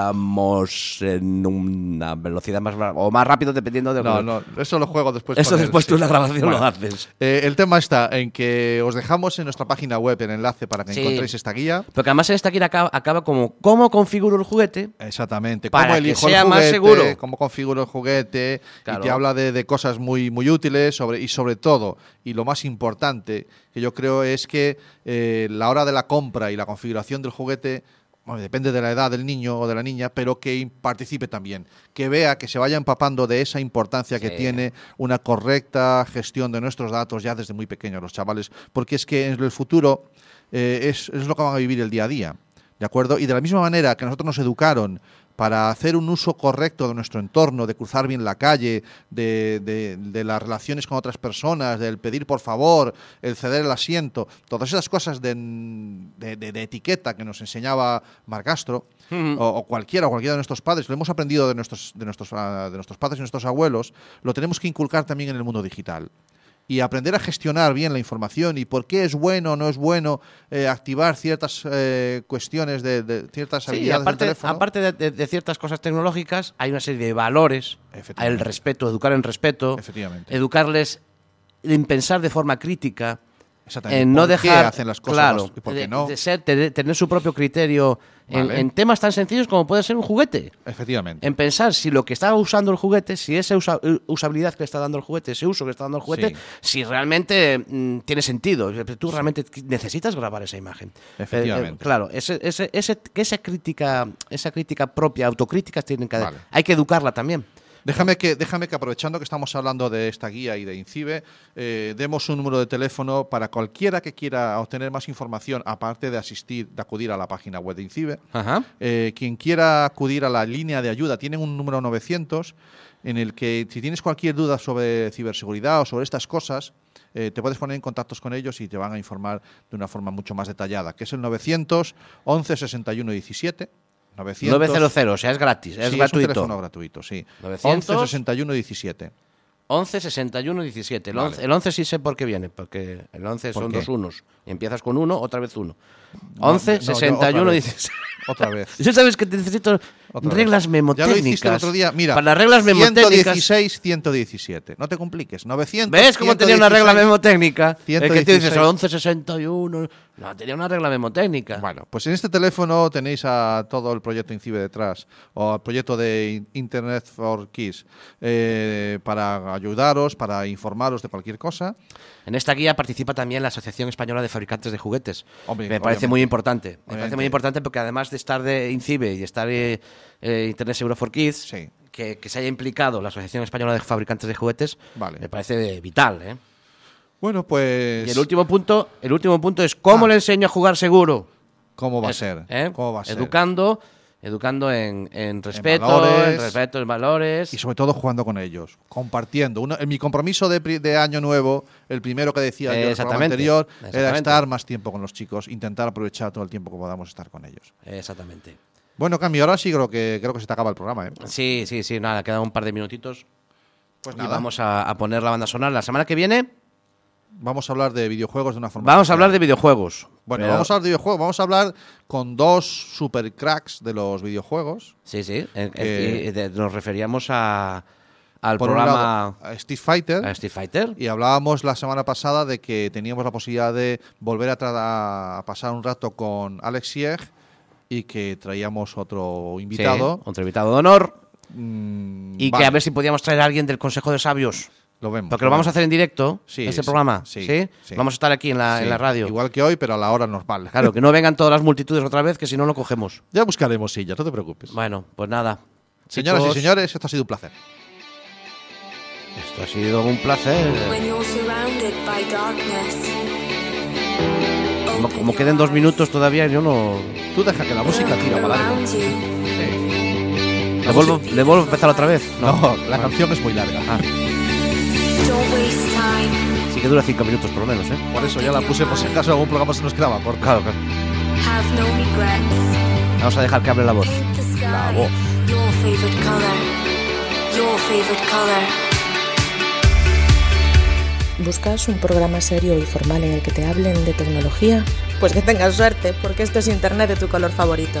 Speaker 4: hablamos en una velocidad más ra- o más rápido, dependiendo de.
Speaker 3: No, no, eso lo juego después.
Speaker 4: Eso
Speaker 3: con él,
Speaker 4: después
Speaker 3: sí.
Speaker 4: tú en la grabación
Speaker 3: Bueno,
Speaker 4: lo haces.
Speaker 3: eh, el tema está en que os dejamos en nuestra página web el enlace para que
Speaker 4: Sí.
Speaker 3: encontréis esta guía.
Speaker 4: Porque además esta guía acaba, acaba como ¿Cómo configuro el juguete?
Speaker 3: Exactamente.
Speaker 4: Para
Speaker 3: cómo
Speaker 4: que
Speaker 3: elijo
Speaker 4: sea
Speaker 3: el
Speaker 4: más
Speaker 3: juguete,
Speaker 4: seguro.
Speaker 3: cómo configuro el juguete,
Speaker 4: Claro.
Speaker 3: y te habla de, de cosas muy, muy útiles sobre, y sobre todo, y lo más importante que yo creo es que eh, la hora de la compra y la configuración del juguete bueno, depende de la edad del niño o de la niña, pero que participe también, que vea, que se vaya empapando de esa importancia que
Speaker 4: Sí.
Speaker 3: tiene una correcta gestión de nuestros datos ya desde muy pequeños los chavales, porque es que en el futuro eh, es, es lo que van a vivir el día a día, ¿de acuerdo? Y de la misma manera que nosotros nos educaron para hacer un uso correcto de nuestro entorno, de cruzar bien la calle, de, de- de las relaciones con otras personas, del pedir por favor, el ceder el asiento, todas esas cosas de, de- de- de etiqueta que nos enseñaba Marcastro, o, o cualquiera, o cualquiera de nuestros padres, lo hemos aprendido de nuestros, de, nuestros, ah, de nuestros padres y nuestros abuelos, lo tenemos que inculcar también en el mundo digital y aprender a gestionar bien la información y por qué es bueno o no es bueno eh, activar ciertas eh, cuestiones de, de ciertas
Speaker 4: Sí,
Speaker 3: habilidades del
Speaker 4: aparte,
Speaker 3: teléfono.
Speaker 4: aparte de, de- de ciertas cosas tecnológicas, hay una serie de valores. El
Speaker 3: Efectivamente.
Speaker 4: respeto, educar en respeto.
Speaker 3: Efectivamente.
Speaker 4: Educarles en pensar de forma crítica.
Speaker 3: Exactamente.
Speaker 4: En no
Speaker 3: ¿Por qué
Speaker 4: dejar.
Speaker 3: hacen las cosas
Speaker 4: claro,
Speaker 3: y por qué
Speaker 4: de-
Speaker 3: no?
Speaker 4: de ser- de- de tener su propio criterio en-
Speaker 3: Vale.
Speaker 4: en temas tan sencillos como puede ser un juguete.
Speaker 3: Efectivamente.
Speaker 4: en pensar si lo que está usando el juguete, si esa usa- eh, usabilidad que le está dando el juguete, ese uso que está dando el juguete,
Speaker 3: Sí.
Speaker 4: si realmente mm, tiene sentido. Tú realmente necesitas grabar esa imagen. Eh,
Speaker 3: Efectivamente.
Speaker 4: claro, ese, ese- ese- que esa crítica, esa crítica propia, autocrítica, tienen que,
Speaker 3: Vale.
Speaker 4: hay que educarla también.
Speaker 3: Déjame que, déjame que aprovechando que estamos hablando de esta guía y de INCIBE, eh, demos un número de teléfono para cualquiera que quiera obtener más información, aparte de asistir, de acudir a la página web de INCIBE.
Speaker 4: Ajá.
Speaker 3: Eh, quien quiera acudir a la línea de ayuda, tienen un número 900 en el que si tienes cualquier duda sobre ciberseguridad o sobre estas cosas, eh, te puedes poner en contactos con ellos y te van a informar de una forma mucho más detallada, que es el 900 11 61 17. 900,
Speaker 4: 900, o sea, es gratis, es
Speaker 3: Sí, Es un
Speaker 4: gratuito.
Speaker 3: teléfono gratuito, sí.
Speaker 4: 900.
Speaker 3: 11 61 17.
Speaker 4: 11, 61, 17. El,
Speaker 3: Vale.
Speaker 4: 11, el 11 sí sé por qué viene, porque el 11
Speaker 3: ¿Por
Speaker 4: son
Speaker 3: qué?
Speaker 4: dos unos. Empiezas con uno, otra vez uno.
Speaker 3: No,
Speaker 4: 11,
Speaker 3: no, yo
Speaker 4: 61,
Speaker 3: otra vez.
Speaker 4: 17.
Speaker 3: Otra vez.
Speaker 4: Ya sabes que necesito
Speaker 3: Otra vez.
Speaker 4: reglas
Speaker 3: Ya
Speaker 4: memotécnicas.
Speaker 3: lo hiciste el otro día. Mira,
Speaker 4: Para las reglas memotécnicas.
Speaker 3: 116, 117. No te compliques. 900.
Speaker 4: ¿Ves cómo tenía una regla
Speaker 3: 116.
Speaker 4: memotécnica? El que te dices
Speaker 3: 116.
Speaker 4: 1161. No, tenía una regla memotécnica.
Speaker 3: Bueno, pues en este teléfono tenéis a todo el proyecto INCIBE detrás, o al proyecto de In- Internet for Kids, eh, para ayudaros, para informaros de cualquier cosa.
Speaker 4: En esta guía participa también la Asociación Española de Fabricantes de Juguetes.
Speaker 3: Hombre,
Speaker 4: me parece
Speaker 3: obviamente.
Speaker 4: muy importante. Me parece
Speaker 3: Obviamente.
Speaker 4: muy importante porque además de estar de INCIBE y estar eh, eh, Internet Seguro for Kids,
Speaker 3: Sí.
Speaker 4: que, que se haya implicado la Asociación Española de Fabricantes de Juguetes,
Speaker 3: Vale.
Speaker 4: me parece vital. ¿eh?
Speaker 3: Bueno, pues.
Speaker 4: Y el último punto, el último punto es cómo
Speaker 3: Ah.
Speaker 4: le enseño a jugar seguro.
Speaker 3: ¿Cómo va a
Speaker 4: Es-
Speaker 3: ser?
Speaker 4: ¿eh?
Speaker 3: ¿Cómo va a ser?
Speaker 4: Educando, educando en, en respeto, en,
Speaker 3: valores.
Speaker 4: respeto, en valores.
Speaker 3: Y sobre todo jugando con ellos, compartiendo. Uno- en mi compromiso de, pri- de año nuevo, el primero que decía yo en el programa
Speaker 4: Exactamente,
Speaker 3: anterior, era
Speaker 4: exactamente.
Speaker 3: estar más tiempo con los chicos, intentar aprovechar todo el tiempo que podamos estar con ellos.
Speaker 4: Exactamente.
Speaker 3: Bueno, Cami, ahora sí creo que creo que se te acaba el programa, ¿eh?
Speaker 4: Sí, sí, sí, nada, quedan un par de minutitos.
Speaker 3: Pues
Speaker 4: y
Speaker 3: nada, vamos.
Speaker 4: vamos a, a poner la banda sonora. La semana que viene
Speaker 3: a hablar de videojuegos de una forma.
Speaker 4: vamos a
Speaker 3: especial.
Speaker 4: hablar de videojuegos.
Speaker 3: Bueno,
Speaker 4: Pero-
Speaker 3: vamos a hablar de videojuegos, vamos a hablar con dos super cracks de los videojuegos.
Speaker 4: Sí, sí. en- en-
Speaker 3: Eh,
Speaker 4: y de- nos referíamos a, al
Speaker 3: un
Speaker 4: programa
Speaker 3: lado, a Street Fighter.
Speaker 4: a Street Fighter.
Speaker 3: Y hablábamos la semana pasada de que teníamos la posibilidad de volver a, tra- a pasar un rato con Alex Sieg y que traíamos otro
Speaker 4: Sí,
Speaker 3: invitado. Mm,
Speaker 4: otro invitado de honor. y que
Speaker 3: vale.
Speaker 4: a ver si podíamos traer a alguien del Consejo de Sabios.
Speaker 3: Lo vemos.
Speaker 4: Porque lo vamos a hacer en directo,
Speaker 3: Sí,
Speaker 4: ese
Speaker 3: sí,
Speaker 4: programa.
Speaker 3: sí,
Speaker 4: Sí,
Speaker 3: sí.
Speaker 4: Vamos a estar aquí en la,
Speaker 3: Sí,
Speaker 4: en la radio.
Speaker 3: Igual que hoy, pero a la hora normal.
Speaker 4: Claro, que no vengan todas las multitudes otra vez, que si no lo cogemos.
Speaker 3: Ya buscaremos sillas, no te preocupes.
Speaker 4: Bueno, pues nada.
Speaker 3: Señoras
Speaker 4: Chicos,
Speaker 3: y señores, esto ha sido un placer.
Speaker 4: Esto ha sido un placer.
Speaker 12: When you're surrounded by darkness,
Speaker 4: Como, como queden dos minutos todavía, yo no.
Speaker 3: Tú deja que la música tira para largo.
Speaker 12: around you,
Speaker 4: ¿Le vuelvo, ¿Le vuelvo a empezar otra vez? Ah,
Speaker 3: No, la canción es muy larga.
Speaker 12: don't waste time.
Speaker 4: Sí que dura cinco minutos por lo menos, ¿eh?
Speaker 3: Por eso ya la puse por si acaso algún programa se nos quedaba. Por...
Speaker 4: Claro, claro.
Speaker 12: Have no regrets.
Speaker 4: Vamos a dejar que hable la voz.
Speaker 12: Paint the sky
Speaker 4: voz.
Speaker 12: your favorite color. Your favorite color.
Speaker 2: ¿Buscas un programa serio y formal en el que te hablen de tecnología? Pues que tengas suerte, porque esto es Internet de tu color favorito.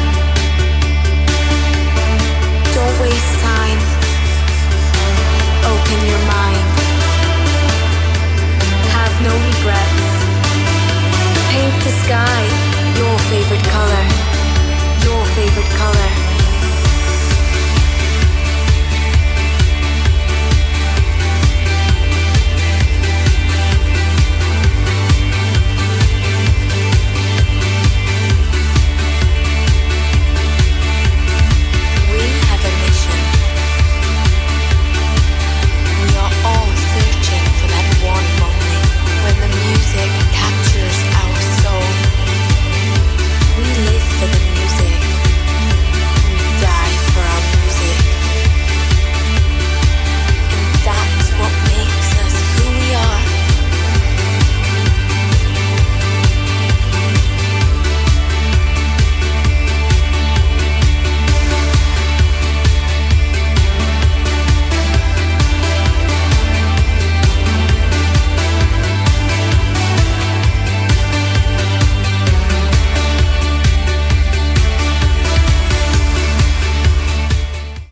Speaker 12: Don't waste time. Open your mind. Have no regrets. Paint the sky your favorite color. Your favorite color.